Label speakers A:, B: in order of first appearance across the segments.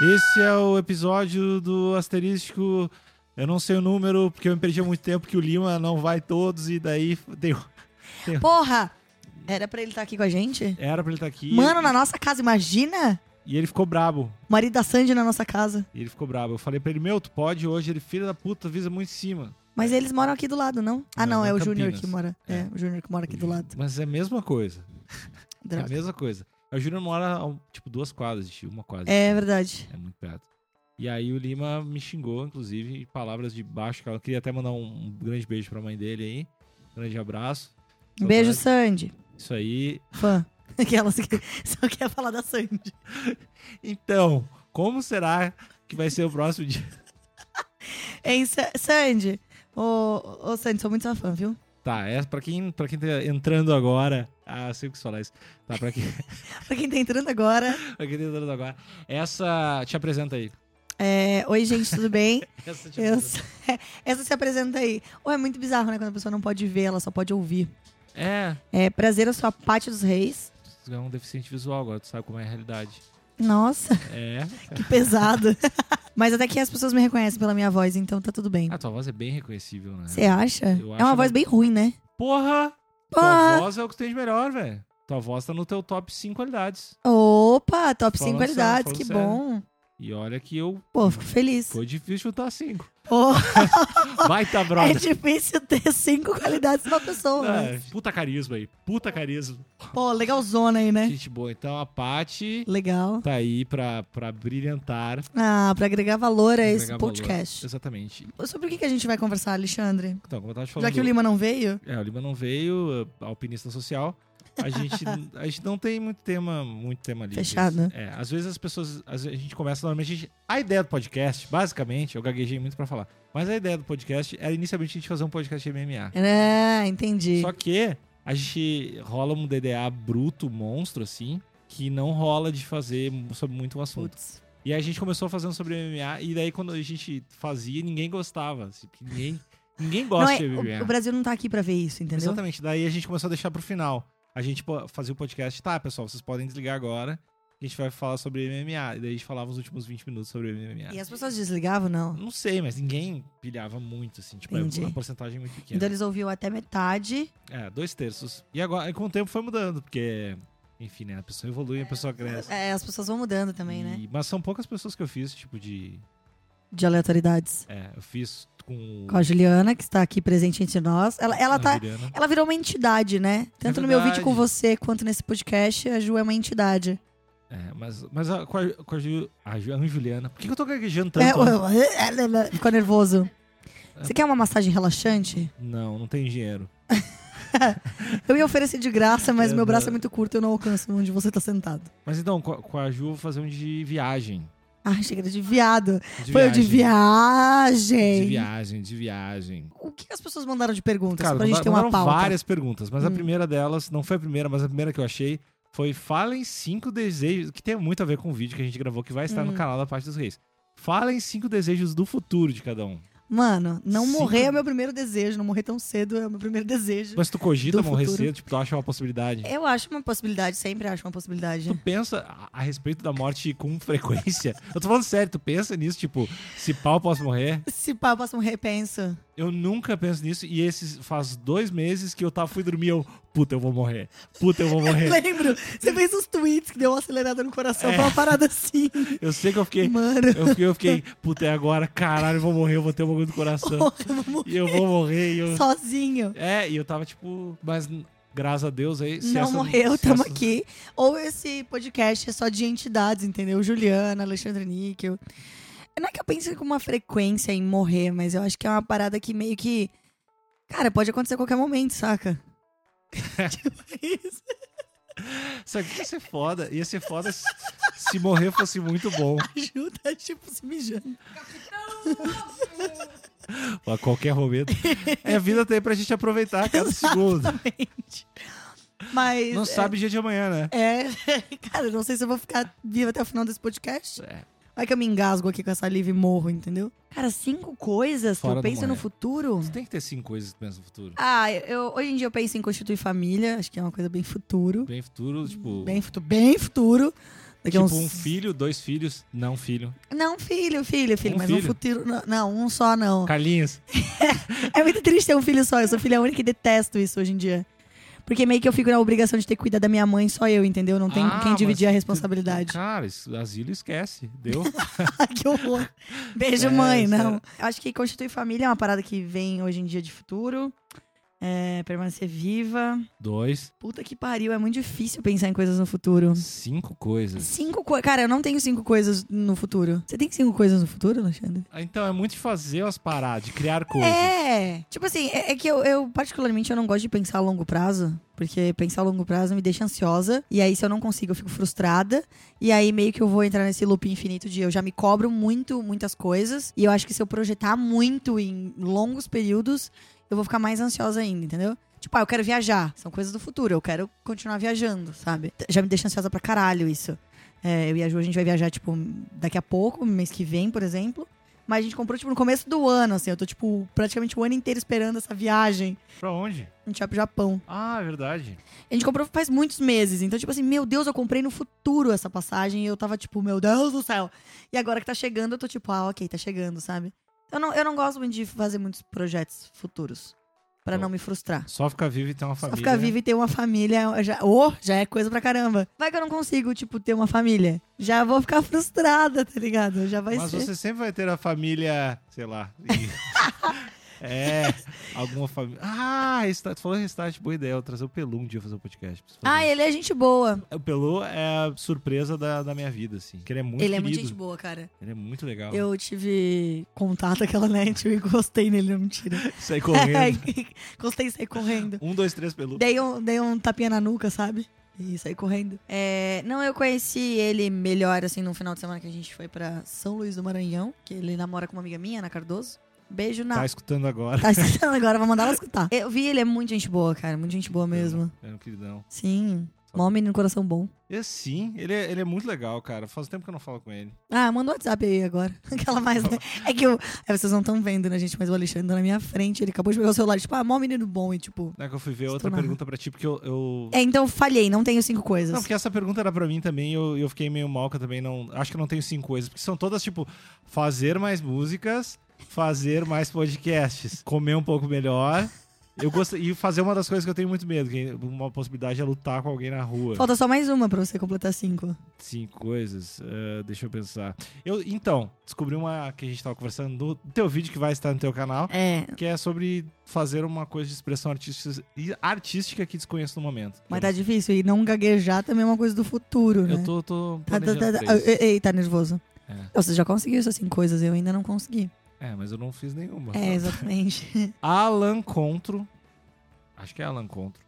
A: Esse é o episódio do asterístico. Eu não sei o número, porque eu me perdi há muito tempo que o Lima não vai todos e daí um- deu.
B: Porra! Era pra ele estar aqui com a gente?
A: Era pra ele estar aqui.
B: Mano, na nossa casa, imagina?
A: E ele ficou brabo.
B: O marido da Sandy na nossa casa.
A: E ele ficou brabo. Eu falei pra ele, meu, tu pode hoje? Ele, filho da puta, visa muito em cima.
B: Mas eles moram aqui do lado, não? Ah,
A: Não,
B: não,
A: lá
B: é
A: em
B: o Júnior
A: Campinas.
B: que mora. É, o Júnior que mora aqui do lado.
A: Mas é a mesma coisa. É a
B: Droga.
A: mesma coisa. O Júnior mora, a, tipo, duas quadras de ti, uma quadra.
B: É verdade.
A: É muito perto. E aí o Lima me xingou, inclusive, em palavras de baixo. que Eu queria até mandar um, um grande beijo pra mãe dele aí. Grande abraço.
B: Um beijo,
A: Saudade.
B: Sandy.
A: Isso aí.
B: Fã. Aquelas que só quer falar da Sandy.
A: Então, como será que vai ser o próximo dia?
B: Hein, Sa- Sandy? Ô, ô, Sandy, sou muito sua fã, viu?
A: Tá, é pra quem, pra quem tá entrando agora. Ah, eu sei o que falar isso. Tá, pra quem,
B: Pra quem tá entrando agora.
A: pra quem tá entrando agora. Essa. Te apresenta aí.
B: é, Oi, gente, tudo bem?
A: Essa te
B: Eu
A: apresenta.
B: sou- Essa se apresenta aí. Ou é muito bizarro, né? Quando a pessoa não pode ver, ela só pode ouvir.
A: É,
B: É, prazer, eu sou a Paty dos Reis.
A: tu é um deficiente visual agora, tu sabe como é a realidade.
B: Nossa,
A: É.
B: que pesado. Mas até que as pessoas me reconhecem pela minha voz, então tá tudo bem.
A: Ah, tua voz é bem reconhecível, né?
B: Você acha?
A: Eu
B: É uma
A: acho
B: voz bem ruim, né?
A: Porra!
B: Porra!
A: Tua voz é o que tu tem de melhor, velho. Tua voz tá no teu top 5 qualidades.
B: Opa, top
A: Falando
B: 5 qualidades,
A: sério,
B: que
A: falando
B: bom.
A: E olha que eu.
B: Pô, fico feliz.
A: Foi difícil chutar 5.
B: Pô,
A: Vai tá,
B: é né?
A: brother.
B: difícil ter cinco qualidades pra uma pessoa.
A: Ah,
B: mas-
A: puta carisma aí. Puta carisma.
B: Pô, legalzona aí, né?
A: Gente boa. Então a Paty
B: Legal.
A: tá aí pra, pra brilhantar.
B: Ah, pra agregar valor a esse
A: Agregar valor.
B: podcast.
A: Exatamente.
B: Sobre o que que a gente vai conversar, Alexandre?
A: Então, como eu tava te falando.
B: Já que o Lima não veio?
A: É, o Lima não veio, a alpinista social. A gente, a gente não tem muito tema, muito tema livre.
B: Fechado.
A: É, às vezes as pessoas, às vezes a gente começa normalmente a, gente- a ideia do podcast, basicamente, eu gaguejei muito pra falar, mas a ideia do podcast era inicialmente a gente fazer um podcast de MMA.
B: É, entendi.
A: Só que a gente rola um DDA bruto, monstro assim, que não rola de fazer sobre muito um assunto.
B: Putz.
A: E aí a gente começou fazendo sobre MMA e daí quando a gente fazia, ninguém gostava, assim, porque ninguém ninguém
B: Não,
A: gosta
B: é,
A: de MMA.
B: o, o Brasil não tá aqui pra ver isso, entendeu?
A: Exatamente. Daí a gente começou a deixar pro final. A gente pô, fazia o podcast, tá, pessoal, vocês podem desligar agora. A gente vai falar sobre MMA. E daí a gente falava os últimos 20 minutos sobre MMA.
B: E as pessoas desligavam, não.
A: Não sei, mas ninguém pilhava muito, assim. Tipo, é
B: Entendi.
A: uma porcentagem muito pequena.
B: Então eles ouviam até metade.
A: É, dois terços. E agora, e com o tempo foi mudando, porque, enfim, né? A pessoa evolui, a pessoa cresce.
B: É, as pessoas vão mudando também, né?
A: E- Mas são poucas pessoas que eu fiz, tipo, de.
B: De aleatoriedades.
A: É, eu fiz com.
B: Com a Juliana, que está aqui presente entre nós. Ela, ela
A: com a
B: tá.
A: Juliana.
B: Ela virou uma entidade, né? Tanto no meu
A: verdade.
B: vídeo com você quanto nesse podcast, a Ju é uma entidade.
A: É, mas, mas a, com, a, com a Ju- a Ju- a Juliana. Por que, que eu tô gaguejando tanto? É.
B: É,
A: né?
B: eu- eu- Ficou nervoso. Você quer uma massagem relaxante?
A: Não, não tem dinheiro.
B: Eu ia oferecer de graça, mas
A: Eu
B: meu braço
A: não-
B: é muito curto e eu não alcanço onde você tá sentado.
A: Mas então, co- com a Ju, eu vou fazer um de viagem.
B: Ah, chega de viado.
A: De
B: Foi o de
A: viagem.
B: viagem.
A: De viagem, de viagem.
B: O que as pessoas mandaram de perguntas
A: Cara,
B: Então, pra gente ter
A: mandaram
B: uma pauta?
A: várias perguntas, mas a
B: Hum.
A: primeira delas, não foi a primeira, mas a primeira que eu achei, foi falem cinco desejos, que tem muito a ver com o vídeo que a gente gravou, que vai estar no
B: Hum.
A: canal da Parte dos Reis. Falem cinco desejos do futuro de cada um.
B: Mano, não
A: Cinco-
B: morrer é o meu primeiro desejo. Não morrer tão cedo é o meu primeiro desejo.
A: Mas tu cogita
B: Do
A: morrer
B: futuro. É.
A: cedo, tipo, tu acha uma possibilidade.
B: Eu acho uma possibilidade, sempre acho uma possibilidade.
A: Tu pensa a- a respeito da morte com frequência? Eu tô falando sério, tu pensa nisso, tipo, se pau eu posso morrer?
B: Se pá, eu posso um repenso.
A: Eu nunca penso nisso e esses faz dois meses que eu tava, fui dormir eu, puta, eu vou morrer. Puta, eu vou morrer.
B: Lembro, você fez uns tweets que deu uma acelerada no coração,
A: É.
B: foi uma parada assim.
A: Eu sei que eu fiquei,
B: Mano,
A: eu fiquei, eu fiquei, puta, é agora, caralho, eu vou morrer, eu vou ter um bagulho do coração.
B: porra, eu vou
A: E eu vou morrer e
B: morrer
A: eu...
B: sozinho.
A: É, e eu tava tipo, mas graças a Deus aí... se
B: não
A: essa-
B: morreu,
A: se
B: tamo
A: essa-
B: aqui. Ou esse podcast é só de entidades, entendeu? Juliana, Alexandre Níquel. Não é que eu pense com uma frequência em morrer, mas eu acho que é uma parada que meio que. Cara, pode acontecer a qualquer momento, saca? tipo isso.
A: Sabe o que ia ser foda? Ia ser foda se, se morrer fosse muito bom.
B: Ajuda, tipo, se mijando.
A: A qualquer momento. É, a vida tá aí pra gente aproveitar cada segundo.
B: Exatamente. Mas.
A: Não sabe o dia de amanhã, né?
B: É, cara, eu não sei se eu vou ficar viva até o final desse podcast.
A: É.
B: Vai que eu me engasgo aqui com essa livre e morro, entendeu? Cara, cinco coisas
A: Fora
B: que eu
A: do
B: penso no
A: Moé.
B: futuro.
A: Tu tem que ter cinco coisas que pensa no futuro.
B: Ah, eu, hoje em dia eu penso em constituir família, acho que é uma coisa bem futuro.
A: Bem futuro, tipo...
B: Bem futuro, bem futuro. Daqui a
A: tipo,
B: uns...
A: um filho, dois filhos. Não, filho.
B: Não, filho, filho, filho.
A: Um
B: mas um
A: filho?
B: futuro. não- Não, um só não.
A: Carlinhos.
B: É muito triste ter um filho só. Eu sou filha única e detesto isso hoje em dia. Porque meio que eu fico na obrigação de ter que cuidar da minha mãe, só eu, entendeu? Não tem
A: Ah,
B: quem
A: mas
B: dividir a
A: tu-
B: responsabilidade. Ah,
A: Cara, isso- asilo esquece. Deu?
B: que horror. Beijo,
A: É,
B: mãe.
A: isso
B: Não. Acho que constituir família é uma parada que vem hoje em dia de futuro. É, permanecer viva.
A: dois.
B: Puta que pariu, é muito difícil pensar em coisas no futuro.
A: Cinco coisas.
B: Cinco coisas. Cara, eu não tenho cinco coisas no futuro. Você tem cinco coisas no futuro, Alexandre?
A: Então, é muito de fazer as paradas, de criar coisas.
B: É. Tipo assim, é, é que eu, eu, particularmente, eu não gosto de pensar a longo prazo. Porque pensar a longo prazo me deixa ansiosa. E aí, se eu não consigo, eu fico frustrada. E aí, meio que eu vou entrar nesse loop infinito de eu já me cobro muito, muitas coisas. E eu acho que se eu projetar muito em longos períodos, eu vou ficar mais ansiosa ainda, entendeu? Tipo, ah, eu quero viajar. São coisas do futuro. Eu quero continuar viajando, sabe? Já me deixa ansiosa pra caralho isso. É, eu e a Ju, a gente vai viajar, tipo, daqui a pouco, mês que vem, por exemplo. Mas a gente comprou, tipo, no começo do ano, assim. Eu tô, tipo, praticamente o ano inteiro esperando essa viagem.
A: Pra onde?
B: A gente vai pro Japão.
A: Ah, é verdade.
B: A gente comprou faz muitos meses. Então, tipo assim, meu Deus, eu comprei no futuro essa passagem. E eu tava, tipo, meu Deus do céu. E agora que tá chegando, eu tô, tipo, ah, ok, tá chegando, sabe? Eu não, eu não gosto muito de fazer muitos projetos futuros. pra
A: Bom.
B: não me frustrar.
A: Só ficar vivo e ter uma
B: Só
A: família. né?
B: ficar vivo e ter uma família já, oh, já é coisa pra caramba. Vai que eu não consigo, tipo, ter uma família. Já vou ficar frustrada, tá ligado? Já vai
A: Mas
B: ser.
A: você sempre vai ter a família, sei lá. e- é, alguma família. Ah, restart, tu falou restart, boa ideia. Eu vou trazer o Pelu um dia fazer o podcast. preciso fazer.
B: Ah, ele é gente boa.
A: O Pelu é a surpresa da, da minha vida, assim. Que ele é muito
B: ele é muito
A: querido.
B: gente boa, cara.
A: Ele é muito legal.
B: Eu tive contato aquela net e gostei nele, não mentira.
A: Sai correndo.
B: gostei e saí correndo.
A: um, dois, três, Pelu.
B: Dei um, dei um tapinha na nuca, sabe? E saí correndo. É, não, eu conheci ele melhor, assim, no final de semana que a gente foi pra São Luís do Maranhão, que ele namora com uma amiga minha, Ana Cardoso. Beijo, na
A: Tá escutando agora.
B: Tá escutando agora, vou mandar ela escutar. Eu vi, ele é muito gente boa, cara. Muito gente boa mesmo.
A: É um queridão.
B: Sim. Mó menino coração bom.
A: E sim, ele é, ele é muito legal, cara. Faz tempo que eu não falo com ele.
B: Ah, manda um WhatsApp aí agora. Aquela
A: Tá
B: mais. né? É que eu. É, vocês não estão vendo, né, gente? Mas o Alexandre tá na minha frente. Ele acabou de pegar o celular. Tipo, ah, mó menino bom. E tipo.
A: Não é que eu fui ver outra
B: Estou nada.
A: pergunta pra ti, porque eu. eu-
B: É, então falhei, não tenho cinco coisas.
A: Não, porque essa pergunta era pra mim também, e eu, eu fiquei meio mal, que eu também não. Acho que eu não tenho cinco coisas, porque são todas tipo: fazer mais músicas, fazer mais podcasts, comer um pouco melhor. Eu gosto, e fazer uma das coisas que eu tenho muito medo, que uma possibilidade é lutar com alguém na rua.
B: Falta só mais uma pra você completar cinco.
A: Cinco coisas. ah, deixa eu pensar. Eu, então, descobri uma que a gente tava conversando no teu vídeo que vai estar no teu canal.
B: É.
A: Que é sobre fazer uma coisa de expressão artística, e artística que desconheço no momento.
B: Mas tá difícil. E não gaguejar também é uma coisa do futuro, né?
A: Eu tô. tô
B: Tá, tá, tá,
A: planejando
B: tá,
A: pra isso.
B: ei, ei, tá nervoso.
A: É.
B: Não, Você já conseguiu essas cinco coisas, eu ainda não consegui.
A: É, mas eu não fiz nenhuma.
B: É, exatamente.
A: Alan Contro. Acho que é Alan Contro.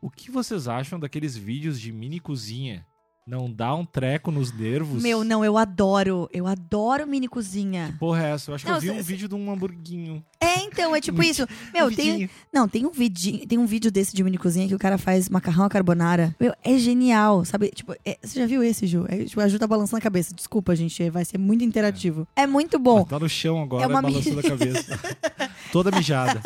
A: O que vocês acham daqueles vídeos de mini cozinha? Não dá um treco nos nervos?
B: Meu, não, eu adoro. Eu adoro mini cozinha.
A: Porra, é essa. Eu acho
B: Não,
A: que eu vi
B: cê-
A: um vídeo de um hamburguinho.
B: É, então, é tipo isso. Meu,
A: um
B: tem.
A: vidinho.
B: Não, tem um vidinho, tem um vídeo desse de mini cozinha que o cara faz macarrão à carbonara. Meu, é genial, sabe? Tipo, é- você já viu esse, Ju? É, tipo, a Ju tá balançando a cabeça. Desculpa, gente, vai ser muito interativo. É, muito bom.
A: Tá no chão agora,
B: É uma
A: balançando a cabeça. Toda mijada.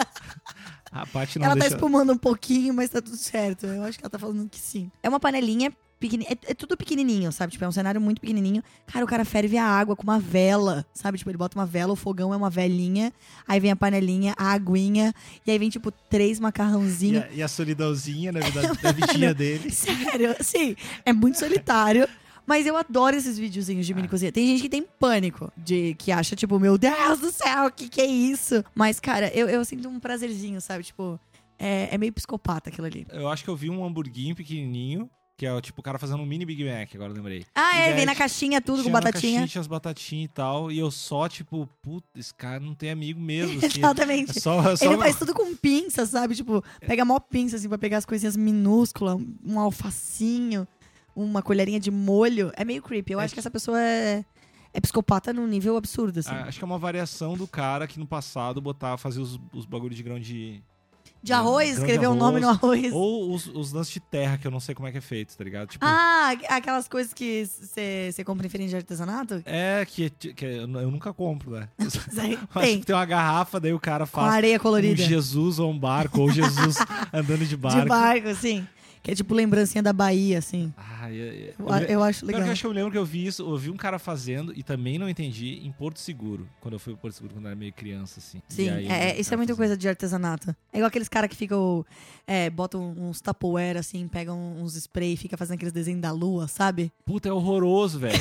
A: A parte não
B: ela
A: deixa...
B: tá espumando um pouquinho, mas tá tudo certo. Eu acho que ela tá falando que sim. É uma panelinha pequenininha. É, é tudo pequenininho, sabe? Tipo, é um cenário muito pequenininho. Cara, o cara ferve a água com uma vela, sabe? Tipo, ele bota uma vela, o fogão é uma velinha. Aí vem a panelinha, a aguinha. E aí vem, tipo, três
A: E
B: macarrãozinhos.
A: a, e a solidãozinha na vida, da vidinha dele.
B: Sério, sim, é muito solitário. Mas eu adoro esses videozinhos de
A: Ah.
B: mini cozinha. Tem gente que tem pânico, de que acha, tipo, meu Deus do céu, o que, que é isso? Mas, cara, eu, eu sinto um prazerzinho, sabe? Tipo, é, é meio psicopata aquilo ali.
A: Eu acho que eu vi um hamburguinho pequenininho, que é o tipo o cara fazendo um mini Big Mac, agora eu lembrei.
B: Ah,
A: E
B: é,
A: daí
B: vem na caixinha tudo
A: Tinha
B: com
A: uma
B: batatinha.
A: Caixinha, tinha as batatinhas e tal, e eu só, tipo, puta, esse cara não tem amigo mesmo, assim. É
B: Exatamente.
A: só, é só
B: Ele
A: uma-
B: faz tudo com pinça, sabe? Tipo, pega mó pinça, assim, pra pegar as coisinhas minúsculas, um alfacinho, uma colherinha de molho. É meio creepy. Eu
A: É
B: acho que
A: que-
B: essa pessoa é, é psicopata num nível absurdo, assim.
A: Ah, Acho que é uma variação do cara que no passado botava, fazia os, os bagulhos de grão de...
B: De arroz,
A: Grande
B: escrever um
A: arroz.
B: nome no arroz.
A: Ou os, os lances de terra, que eu não sei como é que é feito, tá ligado? Tipo,
B: Ah, aqu- aquelas coisas que você compra em feirinha de artesanato?
A: é que, que eu eu nunca compro, né?
B: Mas aí
A: Mas
B: Tem.
A: tipo, tem uma garrafa, daí o cara
B: Com
A: faz
B: areia
A: um
B: colorida.
A: Jesus ou um barco, ou Jesus andando de barco.
B: De barco, sim. Que é tipo lembrancinha da Bahia, assim.
A: Ah, eu, eu,
B: Eu, a- eu acho
A: Pior
B: legal.
A: que eu acho que eu lembro que eu vi isso, eu vi um cara fazendo e também não entendi em Porto Seguro, quando eu fui pra Porto Seguro, quando eu era meio criança, assim. E aí
B: Sim,
A: eu vi um
B: é, é, isso
A: cara
B: é muita
A: fazendo.
B: coisa de artesanato. É igual aqueles caras que ficam. É, botam uns tapoeira, assim, pegam uns spray e fica fazendo aqueles desenhos da lua, sabe?
A: Puta, é horroroso, velho.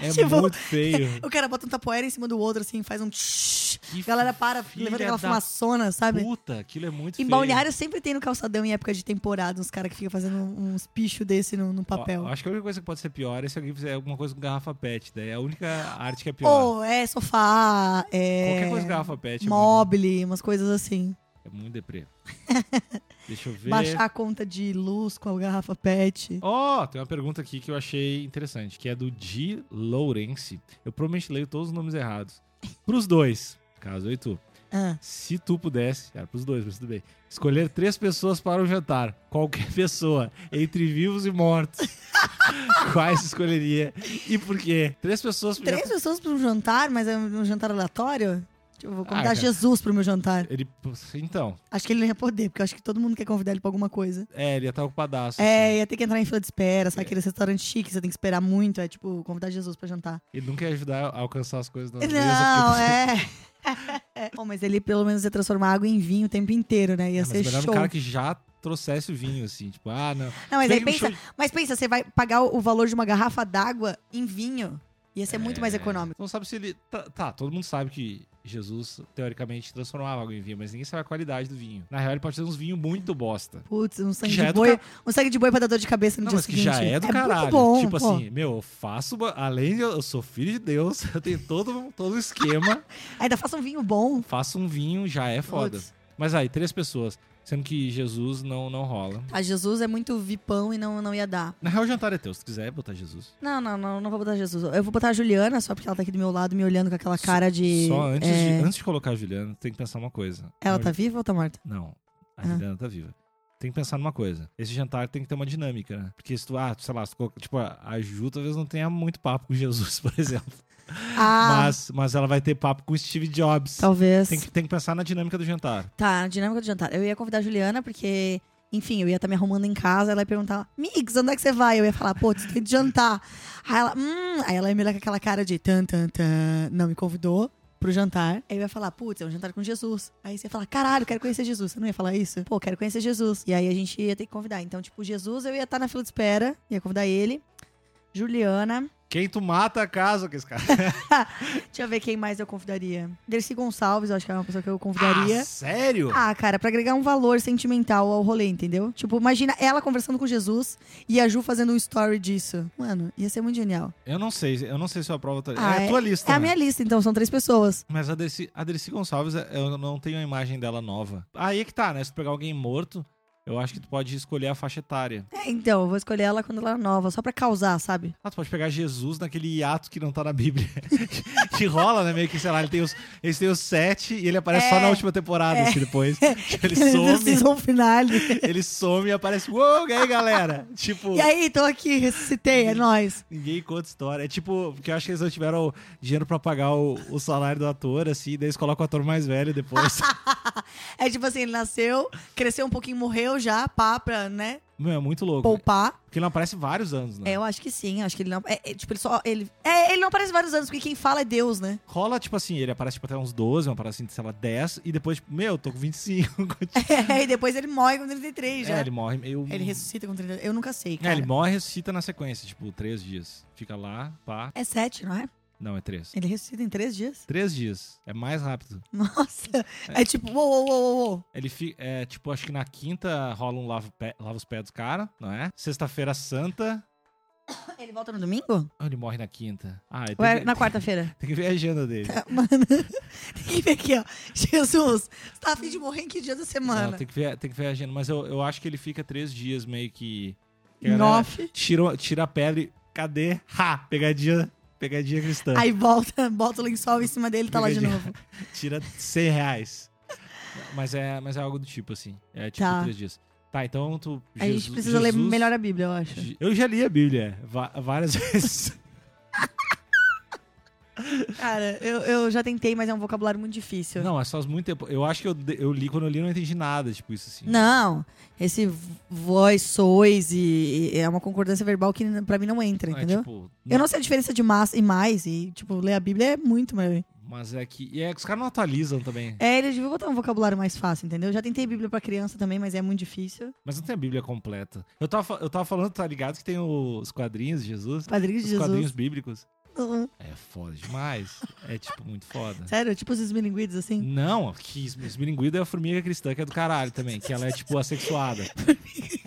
A: É
B: Tipo,
A: muito feio.
B: O cara bota um tapoeira em cima do outro, assim, faz um. tsh.
A: Que
B: A galera para,
A: filha
B: levanta
A: da
B: aquela fumaçona, sabe?
A: Puta, aquilo é muito
B: Em
A: feio.
B: balneário sempre tem no calçadão em época de temporada uns caras que ficam fazendo um, uns pichos desse no, no é papel.
A: Ó, acho que a única coisa que pode ser pior é se alguém fizer alguma coisa com garrafa pet. Daí é a única arte que é pior.
B: Ou é sofá, é.
A: Qualquer coisa com garrafa pet é muito,
B: Mobile, umas coisas assim.
A: é muito deprê. Deixa eu ver.
B: Baixar a conta de luz com a garrafa pet.
A: Ó, tem uma pergunta aqui que eu achei interessante, que é do Di Lourenci. Eu provavelmente leio todos os nomes errados. Pros dois, caso eu e tu.
B: Ah,
A: Se tu pudesse, era pros dois, mas tudo bem. Escolher três pessoas para um jantar. Qualquer pessoa, entre vivos e mortos. Quais escolheria e por quê? Três pessoas pro
B: três pessoas para um jantar, mas é um jantar aleatório? Tipo, eu vou
A: Ah,
B: convidar
A: cara.
B: Jesus pro meu jantar.
A: Ele, então,
B: Acho que ele não ia poder, porque eu acho que todo mundo quer convidar ele pra alguma coisa.
A: é, ele ia estar ocupadaço. assim.
B: É, ia ter que entrar em fila de espera, sabe?
A: É.
B: Aqueles restaurantes chiques, você tem que esperar muito. É tipo, convidar Jesus pra jantar.
A: Ele não quer ajudar a alcançar as coisas na mesa.
B: Não,
A: porque-
B: é.
A: assim.
B: Bom, mas ele pelo menos ia transformar água em vinho o tempo inteiro, né? Ia
A: Ah, Mas
B: ser
A: melhor
B: show.
A: um cara que já trouxesse o vinho, assim. Tipo, ah, não.
B: Não, mas
A: Vem
B: aí
A: um
B: pensa,
A: show
B: mas pensa, você vai pagar o o valor de uma garrafa d'água em vinho. Ia ser muito mais
A: É,
B: econômico.
A: Não sabe se ele. Tá, tá, todo mundo sabe que Jesus, teoricamente, transformava água em vinho, mas ninguém sabe a qualidade do vinho. Na real, ele pode ter uns vinhos muito bosta.
B: Putz, um sangue
A: Já é
B: de
A: do
B: boi. Um sangue de boi pra dar dor de cabeça no
A: Não,
B: dia
A: mas que
B: seguinte.
A: já é do caralho.
B: Muito bom,
A: tipo
B: pô.
A: assim, meu, eu faço. uma- Além de eu, eu sou filho de Deus, eu tenho todo, todo um esquema,
B: Ainda faça um vinho bom.
A: faço um vinho, já é foda.
B: Putz.
A: Mas aí, três pessoas, sendo que Jesus não, não rola.
B: A Jesus é muito vipão e não, não ia dar.
A: Na real, o jantar é teu, se tu quiser botar Jesus.
B: Não, não, não, não vou botar Jesus. Eu vou botar a Juliana só porque ela tá aqui do meu lado me olhando com aquela cara de.
A: Só antes,
B: é,
A: de, antes de colocar a Juliana, tem que pensar uma coisa.
B: Ela
A: Uma
B: tá viva ou tá morta?
A: Não, a
B: Ah.
A: Juliana tá viva. Tem que pensar numa coisa. Esse jantar tem que ter uma dinâmica, né? Porque se tu, ah, sei lá, se tu coloca- tipo, a a Ju talvez não tenha muito papo com Jesus, por exemplo.
B: Ah,
A: Mas, mas ela vai ter papo com o Steve Jobs.
B: talvez.
A: Tem que, tem que pensar na dinâmica do jantar.
B: Tá, a dinâmica do jantar. Eu ia convidar a Juliana, porque, enfim, eu ia estar me arrumando em casa, ela ia perguntar, Mix, onde é que você vai? Eu ia falar, pô, tu tem de jantar. Aí ela, hum, aí ela ia me olhar com aquela cara de tan, tan, tan, não me convidou pro jantar. Aí eu ia falar, putz, é um jantar com Jesus. Aí você ia falar, caralho, quero conhecer Jesus. Você não ia falar isso? Pô, quero conhecer Jesus. E aí a gente ia ter que convidar. Então, tipo, Jesus, eu ia estar na fila de espera, ia convidar ele. Juliana.
A: Quem tu mata a casa com esse cara?
B: Deixa eu ver quem mais eu convidaria. Dercy Gonçalves, eu acho que é uma pessoa que eu convidaria.
A: Ah, sério?
B: Ah, cara, pra agregar um valor sentimental ao rolê, entendeu? Tipo, imagina ela conversando com Jesus e a Ju fazendo um story disso. Mano, ia ser muito genial.
A: Eu não sei, eu não sei se eu aprovo. a tua-
B: Ah,
A: é a tua lista.
B: É a
A: né?
B: minha lista, então, são três pessoas.
A: Mas a Dercy, a Dercy Gonçalves, é, eu não tenho a imagem dela nova. Aí é que tá, né? Se tu pegar alguém morto, eu acho que tu pode escolher a faixa etária.
B: É, então, eu vou escolher ela quando ela é nova, só pra causar, sabe?
A: Ah, tu pode pegar Jesus naquele hiato que não tá na Bíblia. que rola, né? Meio que, sei lá, ele tem os, eles têm os sete e ele aparece só
B: É.
A: na última temporada, assim, depois. Ele
B: No
A: some,
B: season finale.
A: ele some e aparece, uou, e aí, galera? Tipo,
B: E aí, tô aqui, ressuscitei, é nóis.
A: ninguém conta história. É tipo, porque eu acho que eles não tiveram dinheiro pra pagar o, o salário do ator, assim, daí eles colocam o ator mais velho depois.
B: É tipo assim, ele nasceu, cresceu um pouquinho, morreu já, pá, pra, né,
A: Meu, é muito louco.
B: poupar.
A: Porque ele não aparece vários anos, né?
B: É, eu acho que sim, acho que ele não... É, é, tipo, ele só... Ele, é, ele não aparece vários anos, porque quem fala é Deus, né?
A: Rola, tipo assim, ele aparece tipo, até uns 12, uma parada assim, sei lá, 10, e depois, tipo, meu, tô com 25.
B: e depois ele morre com 33 já.
A: é, ele morre meio.
B: Ele ressuscita com 30. Eu nunca sei,
A: É,
B: cara.
A: ele morre e ressuscita na sequência, tipo, três dias. Fica lá, pá.
B: É sete, não é?
A: Não, é três.
B: Ele ressuscita em três dias.
A: Três dias. É mais rápido.
B: Nossa. É, tipo, uou, uou, uou, uou, uou.
A: Ele fica. É, tipo, acho que na quinta rola um lava, o pé- lava os pés dos cara, não é? Sexta-feira santa.
B: Ele volta no domingo?
A: Ah, ele morre na quinta. Ah, ele
B: Ou
A: tem,
B: é
A: que,
B: na quarta-feira?
A: tem que ver a agenda dele.
B: Tá, Mano, tem que ver aqui, ó. Jesus, você tá afim de morrer em que dia da
A: Não,
B: semana?
A: tem que ver, tem que ver a agenda. Mas eu, eu acho que ele fica três dias meio que. que a
B: Em
A: galera
B: off.
A: Tira, tira a pedra e. Cadê? Ha! Pegadinha. Pegadinha cristã.
B: Aí volta, bota o lençol em cima dele e tá lá de
A: é. Pegadinha.
B: novo.
A: tira 100 reais. Mas é, mas é algo do tipo, assim. É tipo
B: Tá.
A: três dias. Tá, então tu.
B: Aí a gente
A: Jesus-
B: precisa ler
A: Jesus-
B: melhor a Bíblia, eu acho.
A: Eu já li a Bíblia va- várias vezes.
B: Cara, eu, eu já tentei, mas é um vocabulário muito difícil.
A: Não, mas faz muito tempo. Eu acho que eu, de- eu li, quando eu li, eu não entendi nada, tipo, isso assim.
B: Não, esse voz, sois e, e é uma concordância verbal que n- pra mim não entra,
A: É,
B: entendeu?
A: tipo,
B: Eu não sei a diferença de mas e mais, e, tipo, ler a Bíblia é muito maior.
A: Mas é que. E é que os caras não atualizam também.
B: É, eles deviam botar um vocabulário mais fácil, entendeu? Já tentei Bíblia pra criança também, mas é muito difícil.
A: Mas não tem a Bíblia completa. Eu tava, fa- eu tava falando, tá ligado, que tem os quadrinhos de Jesus?
B: Padrinho de
A: os
B: Jesus.
A: quadrinhos bíblicos.
B: Uhum.
A: É foda demais. é, tipo, muito foda.
B: Sério, tipo os esmilinguidos, assim.
A: Não, que esmilinguida é a formiga cristã, que é do caralho também, que ela é, tipo, assexuada.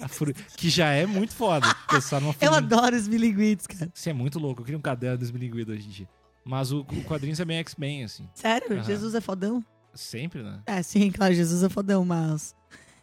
A: A fru- Que já é muito foda. Pensar numa
B: Eu
A: formiga.
B: adoro esmilinguidos, cara.
A: Isso é muito louco. Eu queria um caderno do esmilinguida hoje em dia. Mas o, o quadrinho é bem X-Men, assim.
B: Sério,
A: Aham.
B: Jesus é fodão?
A: Sempre, né?
B: É, sim, claro, Jesus é fodão, mas...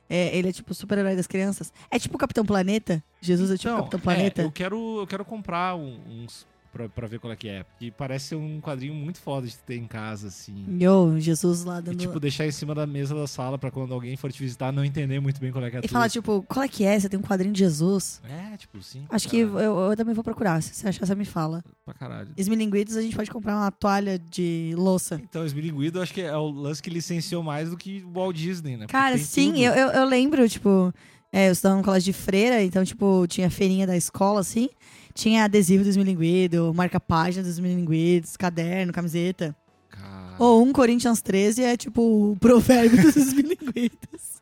B: é, ele é tipo o super-herói das crianças. É tipo o Capitão Planeta? Jesus é tipo o
A: Então,
B: Capitão
A: é,
B: Planeta?
A: eu, quero, eu quero comprar um- uns pra, pra ver qual é que é. Porque parece ser um quadrinho muito foda de ter em casa, assim.
B: Yo, Jesus lá
A: E,
B: dando...
A: tipo, deixar em cima da mesa da sala pra quando alguém for te visitar não entender muito bem qual é que é
B: E
A: tudo.
B: falar, tipo, qual é que é? Você tem um quadrinho de Jesus?
A: É, tipo, sim.
B: Acho que
A: cara,
B: eu, eu também vou procurar. Se você achar, você me fala.
A: Pra caralho.
B: Esmilinguidos, a gente pode comprar uma toalha de louça.
A: Então, Esmilinguido, eu acho que é o lance que licenciou mais do que o Walt Disney, né? Porque
B: Cara,
A: tem
B: sim,
A: tudo.
B: eu, eu, eu lembro, tipo, é, eu estudava no colégio de freira, então, tipo, tinha feirinha da escola, assim. Tinha adesivo do Esmilinguido, marca-página dos Esmilinguidos, caderno, camiseta.
A: Cara,
B: Ou um Corinthians 13 é, tipo, o provérbio dos Esmilinguidos.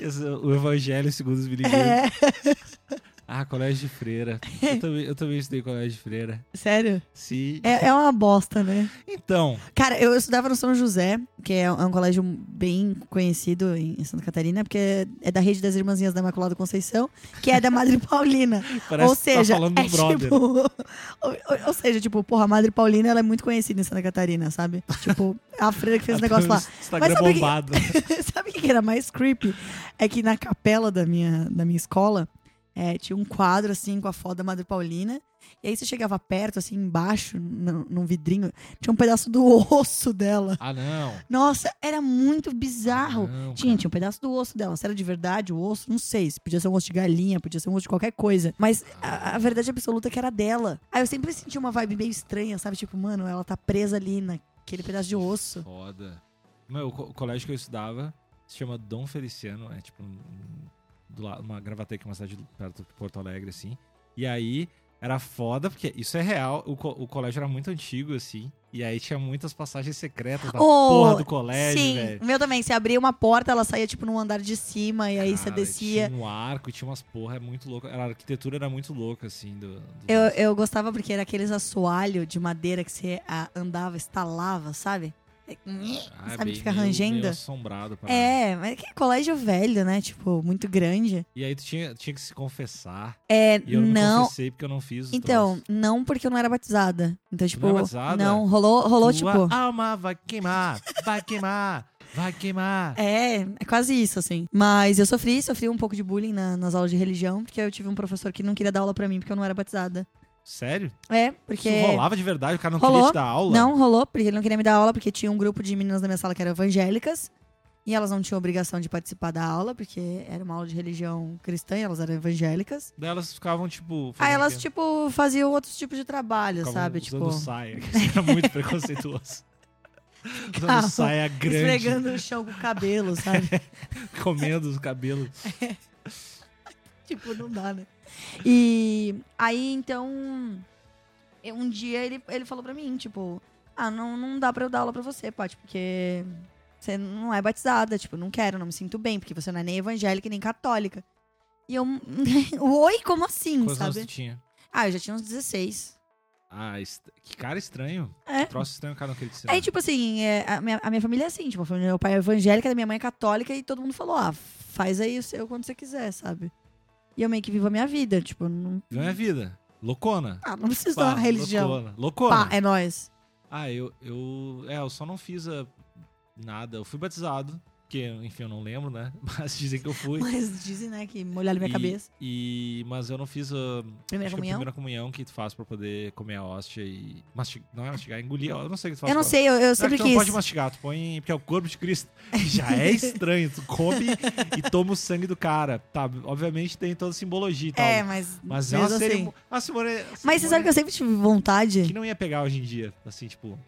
A: esse- é o Evangelho segundo Esmilinguido.
B: é,
A: Ah, colégio de freira. Eu também, eu também estudei em colégio de freira.
B: sério.
A: Sim.
B: É, é uma bosta, né?
A: Então,
B: Cara, eu estudava no São José, que é um é um colégio bem conhecido em Santa Catarina, porque é- é da rede das Irmãzinhas da Imaculada Conceição, que é da Madre Paulina.
A: parece
B: ou
A: que
B: seja,
A: tá falando do
B: é
A: brother.
B: tipo. ou, ou- ou seja, tipo, porra, a Madre Paulina ela é muito conhecida em Santa Catarina, sabe? Tipo, a freira que fez o negócio lá.
A: Instagram
B: Mas sabe o que-
A: bombado.
B: sabe o que era mais creepy? É que na capela da minha, da minha escola é, tinha um quadro, assim, com a foto da Madre Paulina. E aí você chegava perto, assim, embaixo, num num vidrinho, tinha um pedaço do osso dela.
A: Ah, não.
B: Nossa, era muito bizarro.
A: Não,
B: Tinha, tinha um pedaço do osso dela. Se era de verdade o osso, não sei. Se podia ser um osso de galinha, podia ser um osso de qualquer coisa. Mas a, a verdade absoluta é que era dela. Aí eu sempre senti uma vibe meio estranha, sabe? Tipo, mano, ela tá presa ali naquele pedaço de osso.
A: Foda. Meu, o co- o colégio que eu estudava se chama Dom Feliciano, é tipo um, um- do lado, uma gravata que é uma cidade perto de Porto Alegre, assim. E aí era foda, porque isso é real, o, co- o colégio era muito antigo, assim. E aí tinha muitas passagens secretas da
B: Oh,
A: porra do colégio,
B: Sim,
A: velho.
B: o meu também. Você abria uma porta, ela saía, tipo, num andar de cima, e aí você
A: Cara,
B: descia.
A: Tinha um arco, tinha umas porra, é muito louco. A arquitetura era muito louca, assim. Do, do-
B: Eu, eu gostava porque era aqueles assoalho de madeira que você ah, andava, estalava, sabe?
A: Ah, é
B: sabe,
A: bem
B: fica
A: meio-
B: rangendo.
A: meio assombrado. parada.
B: É, mas que é colégio velho, né? Tipo, muito grande.
A: E aí tu tinha, tinha que se confessar.
B: É,
A: E eu não, me
B: não.
A: confessei porque eu não fiz os
B: Então,
A: troços.
B: não porque eu não era batizada. Então, tipo,
A: era batizada?
B: não, rolou, rolou
A: Tua
B: tipo.
A: alma vai queimar, vai queimar, vai queimar.
B: É, é quase isso, assim. Mas eu sofri, sofri um pouco de bullying na- nas aulas de religião, porque eu tive um professor que não queria dar aula pra mim porque eu não era batizada.
A: Sério?
B: É, porque.
A: Isso rolava de verdade? O cara não
B: Rolou.
A: queria te dar aula?
B: Não rolou, porque ele não queria me dar aula, porque tinha um grupo de meninas da minha sala que eram evangélicas. E elas não tinham obrigação de participar da aula, porque era uma aula de religião cristã e elas eram evangélicas.
A: Daí elas ficavam, tipo...
B: Aí elas,
A: fazendo o quê?
B: tipo, faziam outros tipos de trabalho,
A: Ficavam
B: sabe?
A: Usando
B: Tipo.
A: saia. que Isso era muito preconceituoso.
B: Ficavam
A: usando saia grande,
B: Esfregando o chão com o cabelo, sabe?
A: comendo os cabelos.
B: Tipo, não dá, né? E aí, então, eu- um dia ele, ele falou pra mim, tipo, ah, não, não dá pra eu dar aula pra você, Paty, porque você não é batizada, tipo, não quero, não me sinto bem, porque você não é nem evangélica e nem católica. E eu, oi, como assim,
A: Quantos anos
B: sabe?
A: tu tinha?
B: Ah, eu já tinha uns 16.
A: Ah, est- que cara estranho.
B: É.
A: Que troço estranho, cara, não queria te ensinar.
B: Aí, tipo assim, é, a, minha, a minha família é assim, tipo, a família, meu pai é evangélica, da minha mãe é católica, e todo mundo falou, ah, faz aí o seu quando você quiser, sabe? E eu meio que vivo a minha vida, tipo, não,
A: Ganha vida. Loucona.
B: Ah, não preciso
A: Pá,
B: da religião.
A: Loucona. loucona.
B: Pá, é nóis.
A: Ah, eu, eu. É, eu só não fiz a- nada. Eu ah, fui batizado. Porque, enfim, eu não lembro, né? Mas dizem que eu fui.
B: Mas dizem, né, que molharam minha
A: E-
B: cabeça.
A: E, mas eu não fiz a acho
B: Primeira
A: que é a
B: comunhão.
A: primeira comunhão que tu faz pra poder comer a hóstia e. Mastig... Não é mastigar, é engolir. Eu não sei o que tu faz.
B: Eu
A: com
B: não
A: ela.
B: sei, eu, eu
A: Não, é
B: sempre
A: que tu
B: quis.
A: não pode mastigar, tu põe. Porque é o corpo de Cristo. Já é estranho. Tu come e toma o sangue do cara. Tá, obviamente tem toda a simbologia e tal.
B: É, mas.
A: mas é
B: mesmo
A: uma
B: assim.
A: cerimônia. A cerimônia.
B: Mas você sabe que eu sempre tive vontade.
A: que não ia pegar hoje em dia, assim, tipo.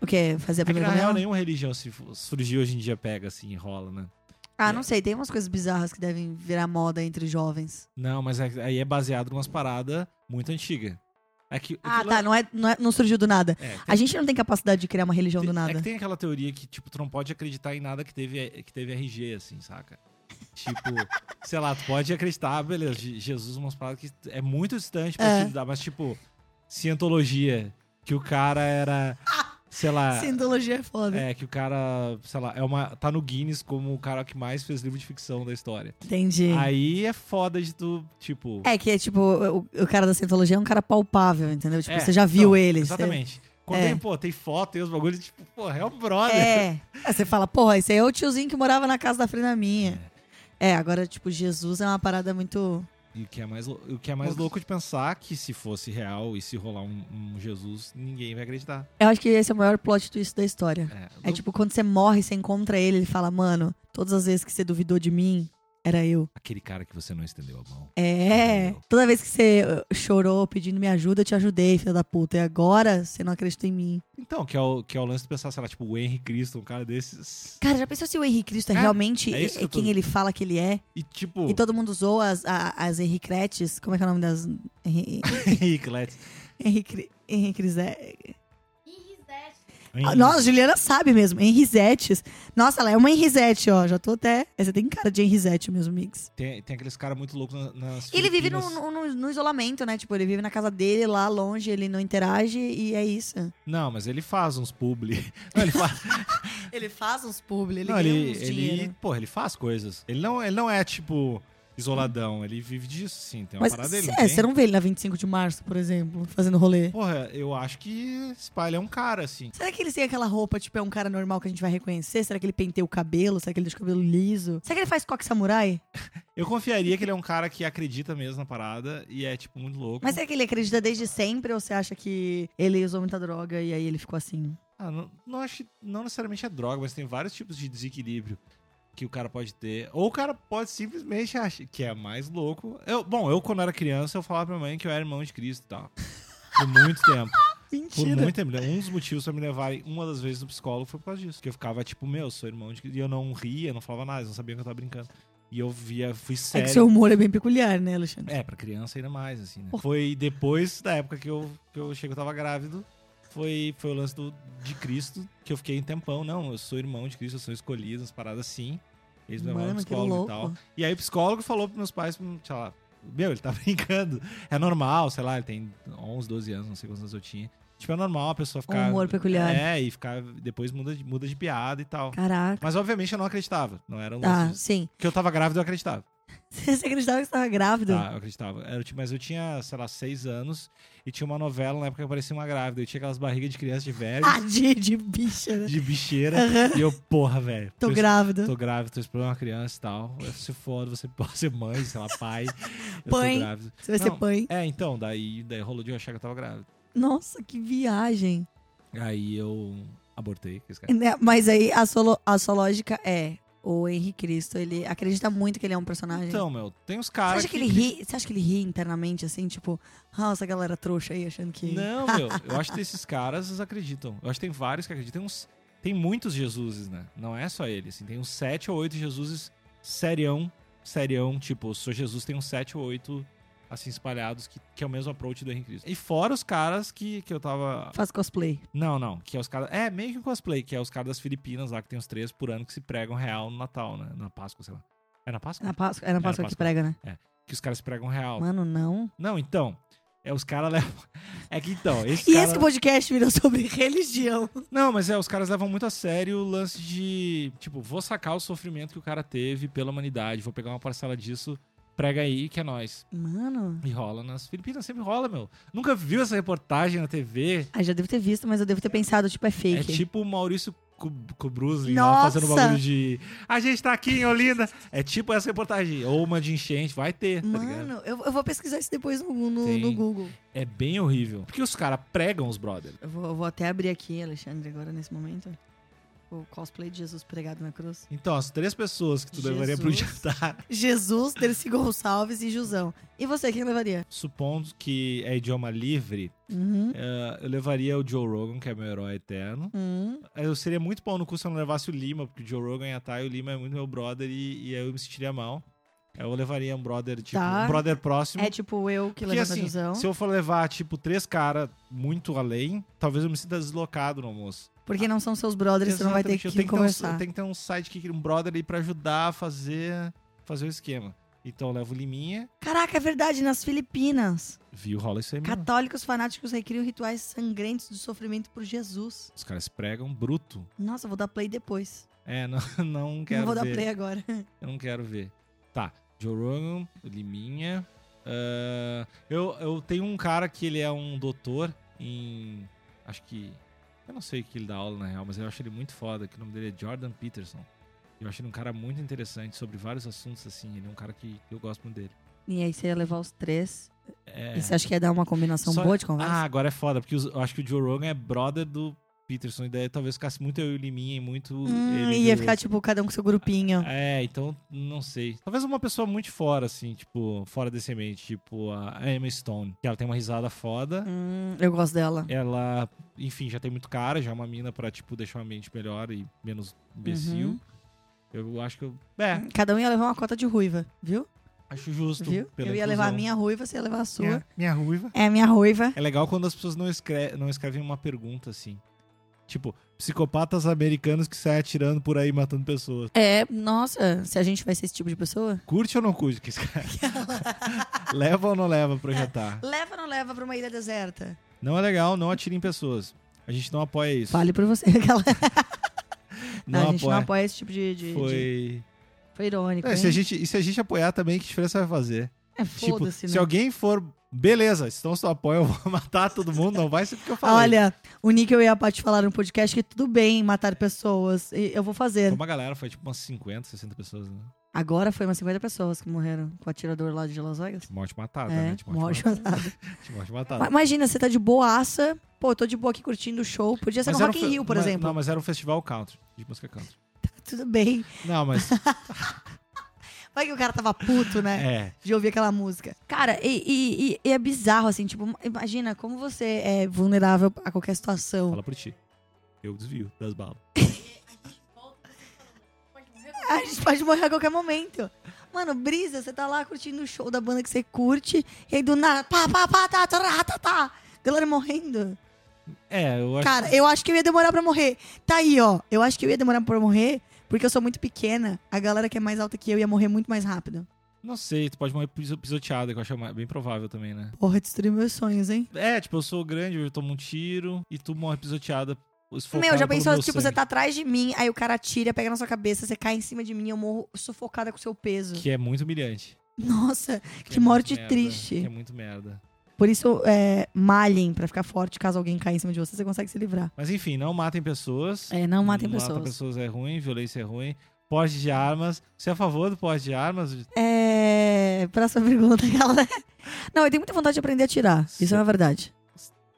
B: O quê? Fazer a
A: É que
B: primeira
A: na real
B: comunhão?
A: nenhuma religião se fu- surgir hoje em dia pega, assim, rola, né?
B: Ah, não sei. Tem umas coisas bizarras que devem virar moda entre jovens.
A: Não, mas é- aí é baseado em umas paradas muito antigas. É que,
B: Ah,
A: aquilo-
B: tá. Não, é, não, é- não surgiu do nada.
A: É,
B: A gente não tem capacidade de criar uma religião
A: Tem-
B: do
A: É que
B: nada.
A: tem aquela teoria que, tipo, tu não pode acreditar em nada que teve, que teve RG, assim, saca? Tipo, sei lá, tu pode acreditar, ah, beleza, Je- Jesus, umas palavras que é muito distante pra
B: É.
A: te dar, mas tipo, cientologia, que o cara era, sei lá,
B: Cientologia é foda.
A: é, que o cara, sei lá, é uma, tá no Guinness como o cara que mais fez livro de ficção da história.
B: Entendi.
A: Aí é foda de tu, tipo...
B: É que é tipo, o, o cara da Cientologia é um cara palpável, entendeu? Tipo,
A: É,
B: você já viu
A: não,
B: ele. você-
A: Exatamente. Quando
B: É.
A: tem, pô, tem foto, tem os bagulhos, tipo, pô, é o brother.
B: É. Aí você fala, porra, esse aí é o tiozinho que morava na casa da frente da minha. É, agora, tipo, Jesus é uma parada muito.
A: E o que é mais, lou- o que é mais
B: Louco.
A: louco de pensar que se fosse real e se rolar um, um Jesus, ninguém vai acreditar.
B: Eu acho que esse é o maior plot twist da história.
A: É,
B: É
A: não-
B: tipo, quando você morre, você encontra ele, ele fala, mano, todas as vezes que você duvidou de mim, era eu.
A: Aquele cara que você não estendeu a mão. Era
B: É.
A: eu.
B: Toda vez que você uh, chorou pedindo minha ajuda, eu te ajudei, filha da puta. E agora você não acredita em mim.
A: Então, que é o, que é o lance de pensar, sei lá, tipo, o Henry Cristo, um cara desses.
B: Cara, já pensou se o Henrique Cristo é,
A: É,
B: realmente
A: é isso que eu tô-
B: quem ele fala que ele é?
A: E tipo,
B: E todo mundo zoa as, a- as Henricretes. Como é que é o nome das. Henri-
A: Henrique Letts.
B: Henri- Henricrisé. Ah,
A: Henrique.
B: Nossa, a Juliana sabe mesmo. Henrizetes. Nossa, ela é uma Henrizete, ó. Já tô até. Você tem cara de Henrizete mesmo, Mix.
A: Tem, tem aqueles caras muito loucos na- nas.
B: E ele vive no,
A: Filipinas.
B: no- no- no isolamento, né? Tipo, ele vive na casa dele, lá longe, ele não interage e é isso.
A: Não, mas ele faz uns publi. Não, ele faz.
B: Ele faz uns publi, ele
A: não,
B: ganha
A: ele,
B: uns
A: ele,
B: dinheiro.
A: porra, ele faz coisas. Ele não, ele não é, tipo, isoladão. Ele vive disso, sim. Tem uma
B: Mas
A: parada dele.
B: cê-
A: não tem?
B: você não vê ele na 25 de março, por exemplo, fazendo rolê.
A: Porra, eu acho que Spile é um cara, assim.
B: Será que ele tem aquela roupa, tipo, é um cara normal que a gente vai reconhecer? Será que ele penteia o cabelo? Será que ele deixa o cabelo liso? Será que ele faz coque samurai?
A: Eu confiaria que ele é um cara que acredita mesmo na parada e é, tipo, muito louco.
B: Mas será que ele acredita desde sempre ou você acha que ele usou muita droga e aí ele ficou assim?
A: Ah, não, não acho, não necessariamente é droga, mas tem vários tipos de desequilíbrio que o cara pode ter. Ou o cara pode simplesmente achar que é mais louco. Eu, bom, eu, quando era criança, eu falava pra minha mãe que eu era irmão de Cristo e tal. Por muito tempo. Por
B: Mentira! É
A: muito tempo. Um dos motivos pra me levarem uma das vezes no psicólogo foi por causa disso. Que eu ficava, tipo, meu, eu sou irmão de Cristo. E eu não ria, não falava nada, eu não sabia que eu tava brincando. E eu via, fui
B: É
A: sério.
B: que seu humor é bem peculiar, né, Alexandre?
A: É, pra criança ainda mais, assim, né?
B: Porra.
A: Foi depois da época que eu, que eu achei que eu tava grávido. Foi, foi o lance do, de Cristo, que eu fiquei um tempão. Não, eu sou irmão de Cristo, eu sou escolhido, umas paradas assim. Eles me levaram no
B: Mano, que
A: psicólogo e tal.
B: louco.
A: E aí o psicólogo falou pros meus pais, hum, sei lá, meu, ele tá brincando. É normal, sei lá, ele tem 11, 12 anos, não sei quantos anos eu tinha. Tipo, é normal a pessoa ficar...
B: Um humor peculiar.
A: É, e ficar... Depois muda, de- muda de piada e tal.
B: Caraca.
A: Mas, obviamente, eu não acreditava. Não era um lance...
B: Tá,
A: disso.
B: sim.
A: Que eu tava grávido, eu acreditava.
B: Você acreditava que você tava grávido?
A: Tá, eu acreditava. Era, o tipo- mas eu tinha, sei lá, seis anos e tinha uma novela na época que aparecia uma grávida. Eu tinha aquelas barrigas de criança de velho,
B: Ah, de, de bicha, né?
A: de bicheira. E eu, porra, velho.
B: Tô
A: eu-
B: grávida.
A: Tô grávida, tô esperando uma criança e tal. Se foda, você pode ser mãe, sei lá, pai. Eu
B: Pai.
A: tô grávida.
B: Você vai
A: Não,
B: ser pai.
A: É, então, daí, daí rolou de eu achar que eu tava grávida.
B: Nossa, que viagem.
A: Aí eu abortei. com esse cara.
B: Né, Mas aí a, solo, a sua lógica é: o Henrique Cristo, ele acredita muito que ele é um personagem.
A: Então, meu, tem uns
B: você,
A: caras.
B: acha que ele ri, você acha que ele ri internamente, assim, tipo, ah, essa galera trouxa aí achando que.
A: Não, meu, eu acho que esses caras eles acreditam. Eu acho que tem vários que acreditam. Tem, uns, tem muitos Jesuses, né? Não é só ele, assim. Tem uns sete ou oito Jesuses serião, serião, tipo, eu sou Jesus, tem uns sete ou oito, assim, espalhados, que, que é o mesmo approach do Henrique Cristo. E fora os caras que, que eu tava...
B: Faz cosplay.
A: Não, não, que é os caras... É, meio que um cosplay, que é os caras das Filipinas lá, que tem uns três por ano que se pregam real no Natal, né? Na Páscoa, sei lá. É na
B: É
A: Páscoa?
B: na Páscoa, é na
A: na
B: Páscoa que
A: Páscoa.
B: prega, né?
A: Que os caras se pregam real.
B: Mano, não.
A: Não, então... É, os caras levam... É que então, esses
B: E
A: caras...
B: esse podcast virou sobre religião.
A: Não, mas é, os caras levam muito a sério o lance de, tipo, vou sacar o sofrimento que o cara teve pela humanidade, vou pegar uma parcela disso, prega aí que é nós.
B: Mano.
A: E rola nas Filipinas, sempre rola, meu. Nunca viu essa reportagem na TV?
B: Ah, já devo ter visto, mas eu devo ter pensado, tipo, é fake.
A: É tipo o Maurício com, com o Bruce Lee lá
B: Nossa!
A: fazendo bagulho de. A gente tá aqui em Olinda. É tipo essa reportagem. Ou uma de enchente, vai ter, tá ligado?
B: Mano, eu, eu vou pesquisar isso depois no, no-
A: Tem.
B: no Google.
A: É bem horrível. Porque os caras pregam os brothers.
B: Eu vou, eu vou até abrir aqui, Alexandre, agora nesse momento. O cosplay de Jesus pregado na cruz.
A: Então, as três pessoas que tu levaria pro
B: Jesus.
A: jantar,
B: Jesus, Dercy Gonçalves e Jusão. E você, quem levaria?
A: supondo que é idioma livre,
B: Uhum.
A: eh, eu levaria o Joe Rogan, que é meu herói eterno.
B: Hum.
A: Eu seria muito pau no cu se eu não levasse o Lima, porque o Joe Rogan ia estar e o Lima é muito meu brother e, e aí eu me sentiria mal. Eu levaria um brother, tipo,
B: Tá.
A: um brother próximo.
B: É tipo eu
A: Porque
B: que levanto a
A: assim,
B: Jusão.
A: se eu for levar, tipo, três caras muito além, talvez eu me sinta deslocado no almoço.
B: Porque não são seus brothers, você não vai ter
A: Exatamente,
B: que,
A: eu tenho ter um,
B: conversar.
A: eu tenho que ter um sidekick, um brother aí pra ajudar a fazer, fazer o esquema. Então eu levo o Liminha,
B: Caraca, é verdade, nas Filipinas.
A: viu, rola isso aí mesmo.
B: Católicos fanáticos recriam rituais sangrentos de sofrimento por Jesus.
A: Os caras pregam bruto.
B: Nossa, eu vou dar play depois.
A: É, não, não quero
B: não vou
A: ver.
B: dar play agora.
A: Eu não quero ver. Tá, Joe Rogan, o Liminha. ah, eu, eu tenho um cara que ele é um doutor em. Acho que. Eu não sei o que ele dá aula na real, mas eu acho ele muito foda, que o nome dele é Jordan Peterson. Eu acho ele um cara muito interessante sobre vários assuntos, assim. Ele é um cara que eu gosto muito dele.
B: E aí você ia levar os três.
A: É.
B: E você acha que ia dar uma combinação
A: Só-
B: boa de
A: Ah,
B: conversa?
A: agora é foda, porque os- eu acho que o Joe Rogan é brother do Peterson, e daí talvez ficasse muito eu e o Liminha e muito.
B: hum,
A: ele e
B: ia
A: o-
B: ficar, tipo, cada um com seu grupinho.
A: É, então não sei. Talvez uma pessoa muito fora, assim, tipo, fora desse ambiente, tipo a a Emma Stone, que ela tem uma risada foda.
B: Hum, eu gosto dela.
A: Ela, enfim, já tem muito cara, já é uma mina pra, tipo, deixar o ambiente melhor e menos imbecil.
B: Uhum.
A: Eu acho que eu. É,
B: Cada um ia levar uma cota de ruiva, viu?
A: acho justo.
B: viu?
A: pela
B: Eu ia levar a
A: inclusão.
B: minha ruiva, você ia levar a sua.
A: minha ruiva.
B: É, a minha ruiva.
A: É legal quando as pessoas não, escre- não escrevem uma pergunta assim. Tipo, psicopatas americanos que saem atirando por aí matando pessoas.
B: É, nossa, se a gente vai ser esse tipo de pessoa?
A: Curte ou não curte que escreve? leva ou não leva pro jantar?
B: Leva ou não leva pra uma ilha deserta?
A: Não é legal, não atire em pessoas. A gente não apoia isso.
B: Fale pra você. Aquela...
A: não,
B: a gente
A: apoia.
B: não apoia esse tipo de. de- de-
A: Foi.
B: Foi irônico.
A: É,
B: hein?
A: se a gente, e se a gente apoiar também, que diferença vai fazer?
B: É,
A: Tipo,
B: foda-se,
A: se
B: né?
A: alguém for. Beleza, então se tu apoia, eu vou matar todo mundo, não vai ser porque eu falei.
B: Olha, o Níquel e a Paty falaram no podcast que tudo bem matar pessoas. E eu vou
A: Foi
B: fazer.
A: uma galera, foi tipo umas 50, 60 pessoas, né?
B: Agora foi umas 50 pessoas que morreram com o atirador lá de Las Vegas.
A: Morte matada,
B: é,
A: né? De morte,
B: morte
A: matada.
B: matada.
A: De morte matada.
B: Ma- Imagina, você tá de boaça. Pô, tô de boa aqui curtindo o show. Podia ser
A: Mas
B: no
A: era um
B: é Rock in
A: fe-
B: Rio, por
A: mas-
B: exemplo.
A: Não, mas era um festival country, de música country.
B: Tudo bem.
A: Não, mas
B: Vai que o cara tava puto, né?
A: é.
B: De ouvir aquela música. Cara, e, e- e- e é bizarro, assim, tipo, imagina como você é vulnerável a qualquer situação.
A: Fala por ti. Eu desvio das balas.
B: A gente pode morrer a qualquer momento. Mano, brisa, você tá lá curtindo o show da banda que você curte, e aí do nada, pá, pá, pá, tá, tá, tá, tá, tá. Galera morrendo.
A: É, eu acho.
B: Cara, eu acho que eu ia demorar pra morrer. Tá aí, ó. Eu acho que eu ia demorar pra morrer, porque eu sou muito pequena. A galera que é mais alta que eu ia morrer muito mais rápido.
A: Não sei, tu pode morrer piso- pisoteado, que eu acho mais- bem provável também, né?
B: Porra, destruiu meus sonhos, hein?
A: É, tipo, eu sou grande, eu tomo um tiro e tu morre pisoteada. esfocado
B: meu, já
A: pelo
B: pensou,
A: meu
B: tipo, você
A: sangue.
B: tá atrás de mim, aí o cara atira, pega na sua cabeça, você cai em cima de mim, eu morro sufocada com o seu peso.
A: Que é muito humilhante.
B: Nossa, que,
A: é muito
B: morte
A: merda,
B: triste.
A: Que é muito merda.
B: Por isso, é, malhem pra ficar forte caso alguém caia em cima de você, você consegue se livrar.
A: Mas enfim, não matem pessoas.
B: É, não matem
A: Matar
B: pessoas.
A: pessoas é ruim, violência é ruim. Porte de armas. Você é a favor do porte de armas?
B: É. Próxima pergunta, galera. Não, eu tenho muita vontade de aprender a tirar. Isso é uma verdade.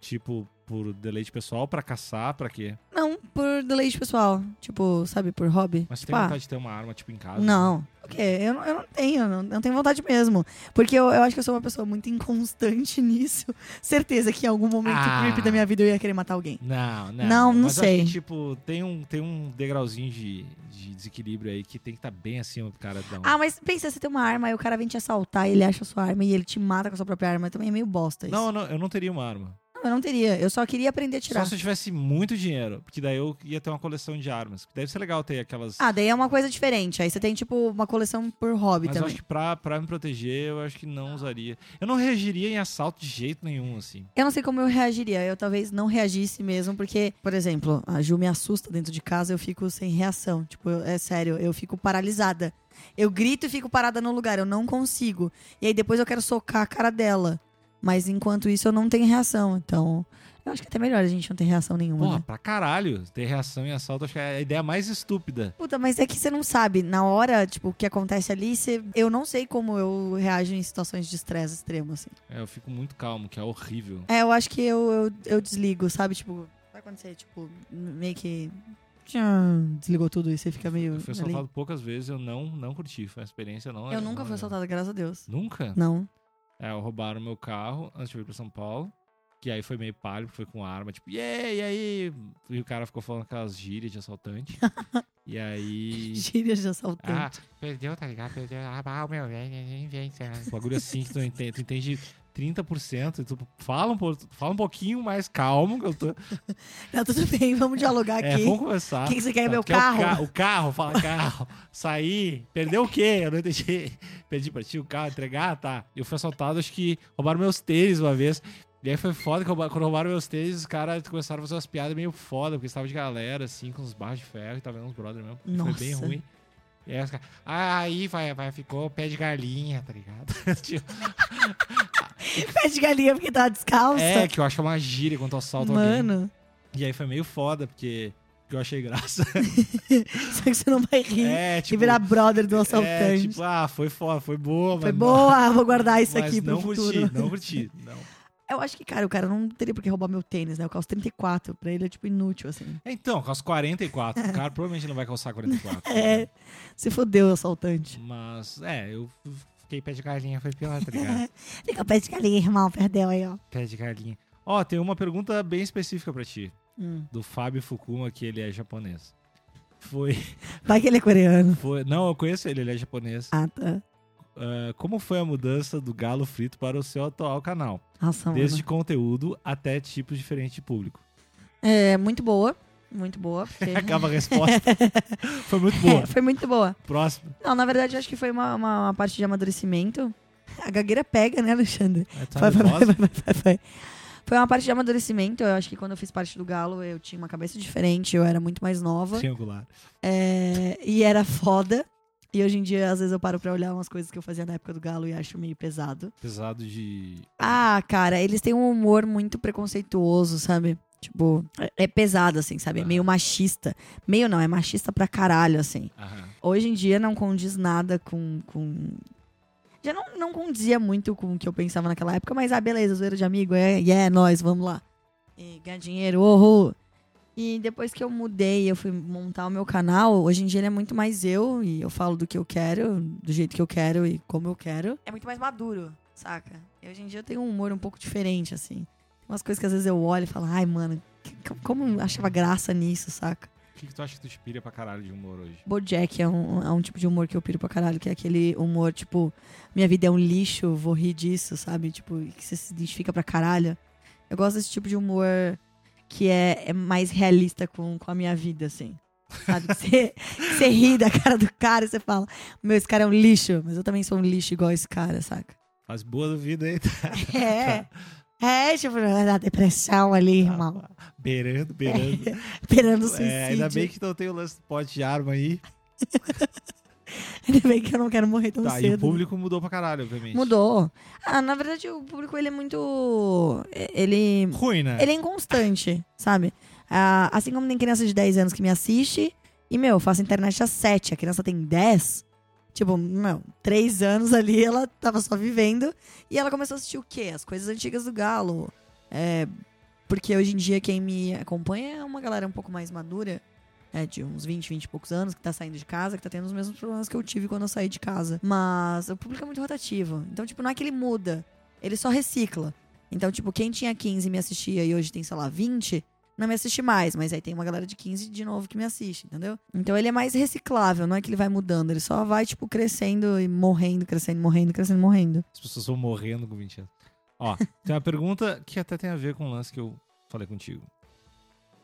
A: Tipo, por deleite pessoal, pra caçar, pra quê?
B: Não, por deleite pessoal. Tipo, sabe, por hobby.
A: Mas tu
B: tipo,
A: tem
B: ah,
A: vontade de ter uma arma, tipo, em casa?
B: Não. O quê? Eu, não- eu não tenho, eu não, eu não tenho vontade mesmo. Porque eu, eu acho que eu sou uma pessoa muito inconstante nisso. Certeza que em algum momento
A: Ah.
B: creepy da minha vida eu ia querer matar alguém.
A: Não, não.
B: Não, não
A: Mas
B: sei.
A: Acho que, tipo, tem um, tem um degrauzinho de, de desequilíbrio aí que tem que estar bem acima do cara. Não.
B: Ah, mas pensa, você tem uma arma, aí o cara vem te assaltar, ele acha a sua arma e ele te mata com a sua própria arma. Também é meio bosta isso.
A: não, eu não, eu não teria uma arma.
B: Não, eu não teria. Eu só queria aprender a tirar.
A: Só se eu tivesse muito dinheiro, porque daí eu ia ter uma coleção de armas. Deve ser legal ter aquelas.
B: Ah, daí é uma coisa diferente. Aí você tem, tipo, uma coleção por hobby
A: Mas eu
B: também.
A: acho que pra, pra me proteger, eu acho que não usaria. Eu não reagiria em assalto de jeito nenhum, assim.
B: Eu não sei como eu reagiria. Eu talvez não reagisse mesmo, porque, por exemplo, a Ju me assusta dentro de casa, eu fico sem reação. Tipo, eu- é sério, eu fico paralisada. Eu grito e fico parada no lugar, eu não consigo. E aí depois eu quero socar a cara dela. Mas enquanto isso eu não tenho reação. Então, eu acho que é até melhor a gente não ter reação nenhuma.
A: Porra,
B: né?
A: pra caralho. Ter reação em assalto, acho que é a ideia mais estúpida.
B: Puta, mas é que você não sabe. Na hora, tipo, o que acontece ali, você... eu não sei como eu reajo em situações de estresse extremo, assim.
A: É, eu fico muito calmo, que é horrível.
B: É, eu acho que eu, eu, eu desligo, sabe? Tipo, vai acontecer, tipo, meio que. Tcham, desligou tudo e você fica meio.
A: Eu fui
B: Uhum, ali.
A: assaltado poucas vezes, eu não, não curti. Foi uma experiência, não
B: Eu nunca
A: não
B: fui assaltada, graças a Deus.
A: Nunca?
B: Não.
A: É, roubaram meu carro antes de eu ir pra São Paulo. Que aí foi meio pálido, foi com arma, tipo, yeah, e aí? E o cara ficou falando aquelas gírias de assaltante. e aí.
B: Gírias de assaltante.
A: Ah, perdeu, tá ligado? Perdeu. Ah, bah, meu, vem, vem, vem. sei lá. Um bagulho assim que tu não entende. Tu entende 30%. e Tu fala um, po- fala um pouquinho mais calmo. Que eu tô...
B: Tá tudo bem, vamos dialogar
A: É,
B: aqui.
A: vamos conversar.
B: O que que você quer?
A: Tá,
B: É Meu
A: tu quer o
B: carro?
A: ca- O carro, fala carro. Sair. Perdeu o quê? Eu não entendi. Perdi pra ti o carro, entregar? Tá. Eu fui assaltado, acho que roubaram meus tênis uma vez. E aí foi foda que rouba- quando roubaram meus tênis, os caras começaram a fazer umas piadas meio foda, porque estava de galera, assim, com uns barros de ferro e tava vendo uns brother mesmo. E Foi bem
B: Nossa.
A: ruim. E aí os caras, ah, aí vai, vai, ficou pé de galinha, tá ligado? Tipo,
B: Pé de galinha porque tá descalça.
A: é, que eu acho que é uma gíria quando tu assalta alguém.
B: Mano,
A: E aí foi meio foda, porque eu achei graça.
B: só que você não vai rir
A: É,
B: e
A: tipo,
B: virar brother do
A: É,
B: assaltante.
A: tipo, ah, foi foda, foi boa,
B: Foi
A: mas
B: boa, vou guardar
A: não,
B: isso
A: mas
B: aqui pro
A: não curti,
B: futuro.
A: não curti, não.
B: Eu acho que, cara, o cara não teria por que roubar meu tênis, né? Eu calço 34, pra ele é tipo inútil, assim.
A: Então, calço 44. O cara provavelmente não vai calçar 44.
B: É, se fodeu o assaltante.
A: né? Mas, é, eu fiquei pé de galinha, foi pior, tá ligado?
B: Fica pé de galinha, irmão, perdeu aí, ó.
A: pé de galinha. Ó, tem uma pergunta bem específica pra ti,
B: Hum.
A: do Fábio Fukuma, que ele é japonês. Foi,
B: Vai que ele é coreano.
A: foi... Não, eu conheço ele, ele é japonês.
B: Ah, tá.
A: Ah, como foi a mudança do Galo Frito para o seu atual canal?
B: Nossa, mano.
A: Desde conteúdo até tipos diferentes de público.
B: É, muito boa. Muito boa. porque-
A: Acaba a resposta. foi muito boa.
B: É, foi muito boa.
A: Próximo.
B: Não, na verdade, eu acho que foi uma, uma- uma parte de amadurecimento. A gagueira pega, né, Alexandre?
A: É, tá
B: Foi, foi,
A: nervosa?
B: foi, foi, foi, foi. Foi uma parte de amadurecimento. Eu acho que quando eu fiz parte do Galo, eu tinha uma cabeça diferente, eu era muito mais nova.
A: Triangular.
B: É, e era foda. E hoje em dia, às vezes, eu paro pra olhar umas coisas que eu fazia na época do Galo e acho meio pesado.
A: Pesado de.
B: Ah, cara, eles têm um humor muito preconceituoso, sabe? Tipo, é- é pesado, assim, sabe? É meio machista. Meio não, é machista pra caralho, assim.
A: Aham.
B: Hoje em dia não condiz nada com. com... Já não, não condizia muito com o que eu pensava naquela época, mas ah, beleza, zoeira de amigo, é, e é nós, vamos lá. E ganhar dinheiro, oh, oh. E depois que eu mudei, eu fui montar o meu canal, hoje em dia ele é muito mais eu, e eu falo do que eu quero, do jeito que eu quero e como eu quero. É muito mais maduro, saca? E hoje em dia eu tenho um humor um pouco diferente, assim. Umas coisas que às vezes eu olho e falo, ai, mano, que- como eu achava graça nisso, saca?
A: O que, que tu acha que tu inspira pra caralho de humor hoje?
B: Bojack é um, é um tipo de humor que eu piro pra caralho, que é aquele humor, tipo, minha vida é um lixo, vou rir disso, sabe? Tipo, que você se identifica pra caralho. Eu gosto desse tipo de humor que é, é mais realista com, com a minha vida, assim. Sabe? Que Você, que você ri da cara do cara e você fala, meu, esse cara é um lixo, mas eu também sou um lixo igual esse cara, saca?
A: As boas do vida Tá aí.
B: É. É, tipo, a depressão ali, irmão.
A: Beirando, beirando.
B: Esperando o suicídio.
A: Tá. É, ainda bem que não tem o lance do pote de arma aí.
B: Ainda bem que eu não quero morrer tão
A: tá,
B: cedo.
A: e o público mudou pra caralho, obviamente.
B: Mudou. Ah, na verdade, o público, ele é muito... Ele,
A: Ruim, né?
B: ele é inconstante, sabe? Ah, assim como tem criança de 10 anos que me assiste, e, meu, eu faço internet às 7, a criança tem 10. Tipo, meu, 3 anos ali, ela tava só vivendo. E ela começou a assistir o quê? As coisas antigas do Galo. É, porque hoje em dia quem me acompanha é uma galera um pouco mais madura. É, de uns 20, 20 e poucos anos, que tá saindo de casa, que tá tendo os mesmos problemas que eu tive quando eu saí de casa. Mas o público é muito rotativo. Então, tipo, não é que ele muda. Ele só recicla. Então, tipo, quem tinha 15 e me assistia e hoje tem, sei lá, 20, não me assiste mais. Mas aí tem uma galera de 15 de novo que me assiste, entendeu? Então ele é mais reciclável, não é que ele vai mudando. Ele só vai, tipo, crescendo e morrendo, crescendo, morrendo, crescendo, morrendo.
A: As pessoas vão morrendo com 20 anos. Ó, tem uma pergunta que até tem a ver com o lance que eu falei contigo.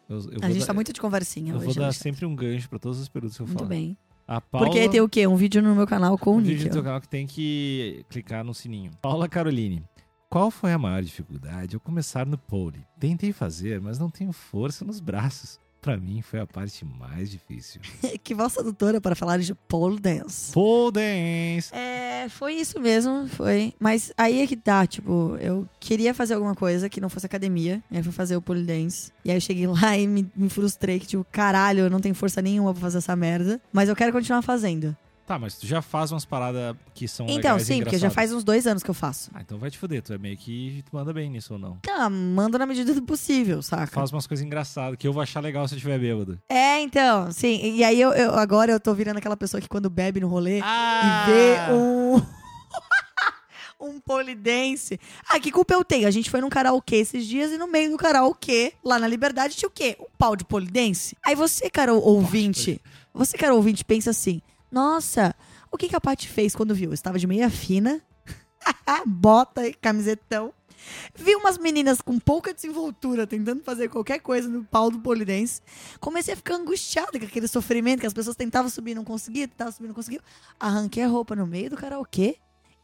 A: Eu, eu
B: A
A: vou
B: gente
A: dar,
B: tá muito de conversinha
A: Eu vou
B: hoje.
A: dar
B: Alexandre.
A: sempre um gancho pra todas as perguntas que eu
B: Muito
A: falo.
B: bem.
A: A Paula...
B: Porque tem o quê? Um vídeo no meu canal com o
A: um vídeo do teu
B: Níquel.
A: canal que tem que clicar no sininho. Paula Caroline. Qual foi a maior dificuldade ao começar no pole? Tentei fazer, mas não tenho força nos braços. Pra mim foi a parte mais difícil.
B: que voz sedutora para falar de pole dance.
A: Pole dance.
B: É, É, foi isso mesmo, foi. Mas aí é que tá, tipo, eu queria fazer alguma coisa que não fosse academia. E aí fui fazer o pole dance. E aí eu cheguei lá e me, me frustrei, que tipo, caralho, eu não tenho força nenhuma pra fazer essa merda. Mas eu quero continuar fazendo.
A: Tá, mas tu já faz umas paradas que são
B: então,
A: legais e
B: sim, porque já
A: engraçadas.
B: faz uns dois anos que eu faço.
A: Ah, então vai te fuder. Tu é meio que... Tu manda bem nisso ou não.
B: Tá, manda na medida do possível, saca?
A: Faz umas coisas engraçadas que eu vou achar legal se eu estiver bêbado.
B: É, então, sim. E aí eu, eu- agora eu tô virando aquela pessoa que quando bebe no rolê
A: Ah!
B: e vê um. um polidense. Ah, que culpa eu tenho? A gente foi num karaokê esses dias e no meio do karaokê, lá na Liberdade, tinha o quê? Um pau de polidense. Aí você, cara ouvinte, você, cara ouvinte, pensa assim: nossa, o que, que a Paty fez quando viu? Eu estava de meia fina, bota e camisetão. Vi umas meninas com pouca desenvoltura tentando fazer qualquer coisa no pau do polidense. Comecei a ficar angustiada com aquele sofrimento que as pessoas tentavam subir e não conseguiam, tentavam subir e não conseguiam. Arranquei a roupa no meio do karaokê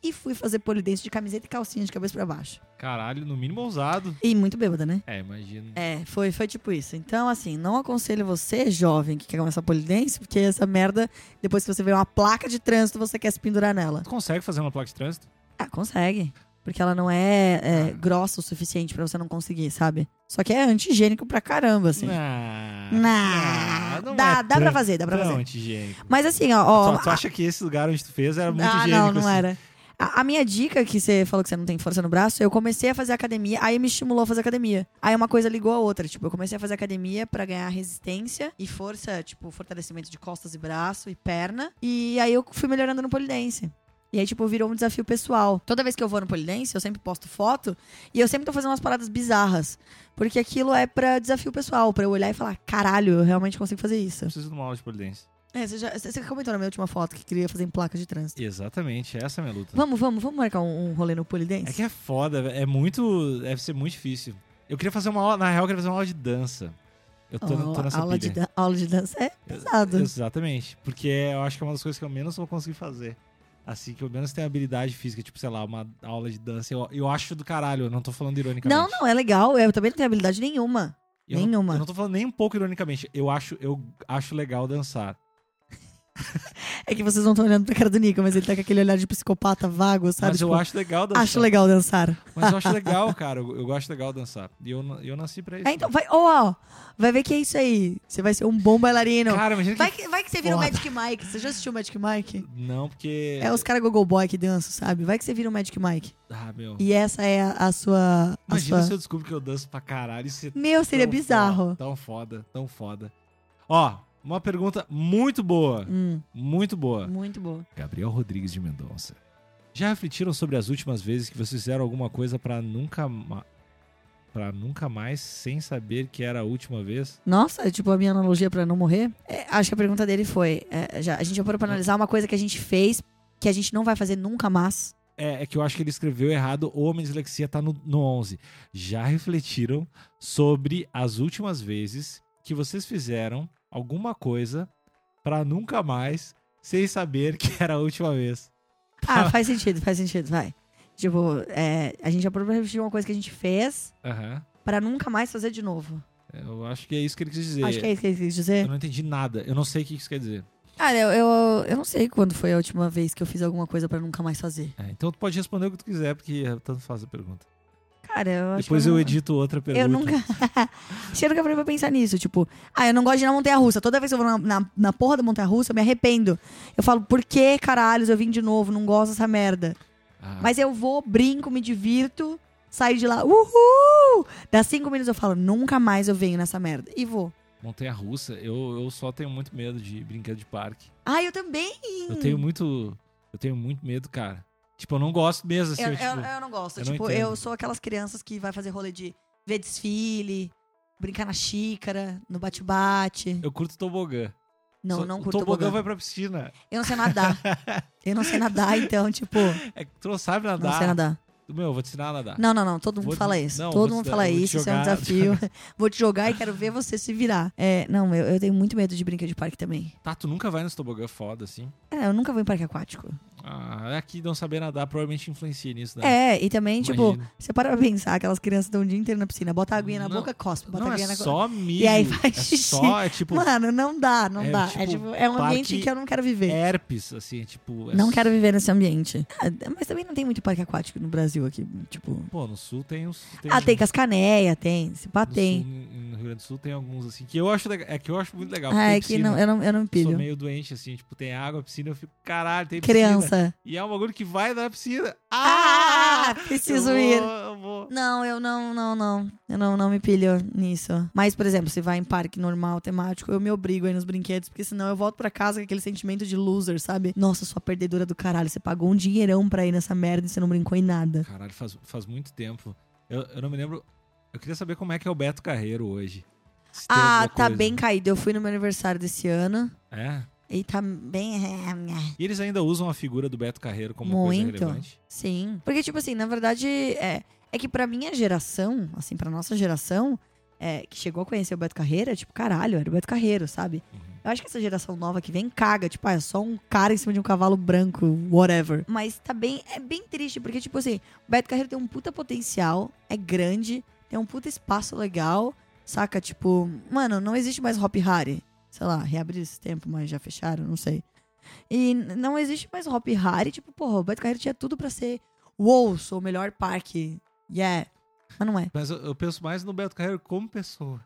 B: e fui fazer polidense de camiseta e calcinha de cabeça pra baixo.
A: Caralho, no mínimo ousado.
B: E muito bêbada, né?
A: É, imagino.
B: É, foi, foi tipo isso. Então, assim, não aconselho você, jovem, que quer começar polidense, porque essa merda, depois que você vê uma placa de trânsito, você quer se pendurar nela.
A: Tu consegue fazer uma placa de trânsito?
B: Ah, consegue. Porque ela não é, é,
A: Ah.
B: grossa o suficiente pra você não conseguir, sabe? Só que é antigênico pra caramba, assim.
A: Nah,
B: Nah,
A: não
B: dá,
A: é
B: dá pra
A: tran-
B: fazer, dá pra
A: tão
B: fazer.
A: antigênico.
B: Mas assim, ó. ó
A: tu, tu acha que esse lugar onde tu fez era muito
B: ah,
A: higiênico?
B: não, não
A: assim?
B: era. A, a minha dica, que você falou que você não tem força no braço, eu comecei a fazer academia, aí me estimulou a fazer academia. Aí uma coisa ligou a outra. Tipo, eu comecei a fazer academia pra ganhar resistência e força, tipo, fortalecimento de costas e braço e perna. E aí eu fui melhorando no polidense. E aí, tipo, virou um desafio pessoal. Toda vez que eu vou no polidense, eu sempre posto foto e eu sempre tô fazendo umas paradas bizarras. Porque aquilo é pra desafio pessoal, pra eu olhar e falar, caralho, eu realmente consigo fazer isso.
A: Eu preciso de uma aula de polidência.
B: É, você, já, você comentou na minha última foto que queria fazer em placa de trânsito.
A: Exatamente, essa é a minha luta.
B: Vamos, vamos, vamos marcar um, um rolê no Polidense?
A: É que é foda, velho. é muito. Deve ser muito difícil. Eu queria fazer uma aula, na real, eu queria fazer uma aula de dança. Eu tô,
B: Ó,
A: né? tô nessa
B: aula, de
A: pilha.
B: dan- aula de dança é pesado.
A: Exatamente. Porque eu acho que é uma das coisas que eu menos vou conseguir fazer. Assim, que eu menos tenho habilidade física, tipo, sei lá, uma aula de dança. Eu, eu acho do caralho, eu não tô falando ironicamente.
B: não, não, é legal. Eu também não tenho habilidade nenhuma.
A: Eu não-
B: nenhuma.
A: eu não tô falando nem um pouco ironicamente. Eu acho, eu acho legal dançar.
B: É que vocês não estão olhando pra cara do Nico, mas ele tá com aquele olhar de psicopata vago, sabe?
A: mas eu
B: Tipo,
A: acho legal dançar.
B: acho legal dançar.
A: Mas eu acho legal, cara. Eu, eu acho legal dançar. E eu, na- eu nasci pra isso.
B: É, então, vai, ó, ó, vai ver que é isso aí. Você vai ser um bom bailarino.
A: Cara, imagina
B: vai,
A: que...
B: que, vai que você vira o
A: foda.
B: Magic Mike. Você já assistiu o Magic Mike?
A: Não, porque...
B: É os caras Google Boy que dançam, sabe? Vai que você vira o Magic Mike.
A: Ah, meu.
B: E essa é a, a sua. a
A: Imagina
B: sua-
A: se eu descubro que eu danço pra caralho. Isso é
B: Meu, seria
A: tão Foda,
B: bizarro.
A: tão foda, tão foda. Ó, uma pergunta muito boa.
B: Hum,
A: Muito boa.
B: muito boa.
A: Gabriel Rodrigues de Mendonça. Já refletiram sobre as últimas vezes que vocês fizeram alguma coisa pra nunca ma... para nunca mais sem saber que era a última vez?
B: Nossa, tipo, a minha analogia pra não morrer. É, acho que a pergunta dele foi: é, já- a gente já parou pra analisar uma coisa que a gente fez que a gente não vai fazer nunca mais.
A: É, é que eu acho que ele escreveu errado ou a minha dislexia tá no, no 11. Já refletiram sobre as últimas vezes que vocês fizeram alguma coisa pra nunca mais sem saber que era a última vez?
B: Ah, faz sentido, faz sentido, vai. Tipo, é, a gente já parou pra refletir uma coisa que a gente fez
A: Aham.
B: pra nunca mais fazer de novo.
A: Eu acho que é isso que ele quis dizer.
B: Acho que é isso que ele quis
A: Eu
B: dizer.
A: não entendi nada. Eu não sei o que isso quer dizer.
B: Cara, eu, eu, eu não sei quando foi a última vez que eu fiz alguma coisa pra nunca mais fazer.
A: É, então tu pode responder o que tu quiser, porque eh, tanto faz a pergunta.
B: Cara, eu acho
A: Depois
B: que.
A: eu,
B: não-
A: edito outra pergunta.
B: Eu nunca. Acho que eu nunca parei pra pensar nisso. Tipo, ah, eu não gosto de ir na Montanha Russa. Toda vez que eu vou na, na, na porra da Montanha Russa, eu me arrependo. Eu falo, por que caralhos eu vim de novo? Não gosto dessa merda.
A: Ah,
B: Mas eu vou, brinco, me divirto, saio de lá, uhul! Dá cinco minutos eu falo, nunca mais eu venho nessa merda. E vou.
A: Montanha russa, eu, eu só tenho muito medo de brinquedo de parque.
B: Ah, eu também!
A: Eu tenho muito. Eu tenho muito medo, cara. Tipo, eu não gosto mesmo, assim.
B: Eu,
A: eu,
B: eu-
A: tipo,
B: eu não gosto.
A: eu não
B: tipo,
A: entendo.
B: eu sou aquelas crianças que vai fazer rolê de ver desfile, brincar na xícara, no bate-bate.
A: eu curto tobogã.
B: Não,
A: Só-
B: não
A: o
B: curto
A: tobogã.
B: tobogã.
A: vai pra piscina.
B: Eu não sei nadar. eu não sei nadar, então, tipo,
A: É que tu não sabe nadar.
B: não sei nadar.
A: Meu, eu vou te ensinar a nadar.
B: Não, não, não. Todo mundo
A: Vou-
B: fala isso.
A: não, vou
B: Todo
A: te
B: mundo
A: dar-
B: fala
A: vou te
B: isso, isso é um
A: jogar-
B: desafio. vou te jogar e quero ver você se virar. É, não, eu, eu tenho muito medo de brinquedo de parque também.
A: Tá, tu nunca vai nos tobogã foda, assim.
B: É, eu nunca vou em parque aquático.
A: Ah, aqui não saber nadar provavelmente influencia nisso, né?
B: É, e também, tipo,
A: Imagino.
B: você para pra pensar, aquelas crianças estão o dia inteiro na piscina, bota a aguinha na
A: Não,
B: boca, cospe, bota a
A: não, é
B: aguinha na
A: só mijo.
B: E aí faz
A: é
B: xixi.
A: só, é tipo
B: Mano, não dá, não
A: é
B: dá.
A: tipo
B: é, tipo, é um
A: parque-
B: ambiente que eu não quero viver.
A: herpes, assim, tipo... é
B: Não
A: s-
B: quero viver nesse ambiente. Ah, mas também não tem muito parque aquático no Brasil aqui, tipo...
A: Pô, no sul tem os...
B: Ah, tem Cascaneia, tem, se pá,
A: no
B: tem.
A: sul, no Rio Grande do Sul tem alguns, assim, que eu acho, lega- é que eu acho muito legal. porque
B: Ah,
A: tem
B: é que
A: piscina.
B: não, eu não, eu não
A: Eu sou
B: pilho.
A: meio doente, assim, tipo, tem água, piscina, eu fico, caralho, tem piscina.
B: Criança.
A: E é um bagulho que vai na piscina.
B: Ah,
A: Ah!
B: preciso
A: eu vou,
B: ir.
A: Eu vou.
B: Não, eu não, não, não. Eu não, não me pilho nisso. Mas, por exemplo, se vai em parque normal, temático, eu me obrigo aí nos brinquedos, porque senão eu volto pra casa com aquele sentimento de loser, sabe? Nossa, sua perdedora do caralho. Você pagou um dinheirão pra ir nessa merda e você não brincou em nada.
A: Caralho, faz, faz muito tempo. Eu, eu não me lembro. Eu queria saber como é que é o Beto Carreiro hoje. Se tem
B: Ah,
A: alguma
B: tá
A: coisa.
B: bem caído. Eu fui no meu aniversário desse ano
A: É.
B: e tá bem.
A: E eles ainda usam a figura do Beto Carreiro como
B: Muito.
A: coisa relevante.
B: Sim. Porque, tipo assim, na verdade, é, é que pra minha geração, assim, pra nossa geração, é, que chegou a conhecer o Beto Carreira, tipo, caralho, era o Beto Carreiro, sabe? Eu acho que essa geração nova que vem caga, tipo, ah, é só um cara em cima de um cavalo branco, whatever. Mas tá bem, é bem triste, porque, tipo assim, o Beto Carreiro tem um puta potencial, é grande, tem um puta espaço legal, saca? Tipo, mano, não existe mais Hop Harry. Sei lá, reabriram esse tempo, mas já fecharam, não sei. E n- não existe mais Hop Harry. Tipo, porra, o Beto Carreiro tinha tudo pra ser. Uou, sou o melhor parque. Yeah. Mas não é.
A: Mas eu, eu penso mais no Beto Carreiro como pessoa.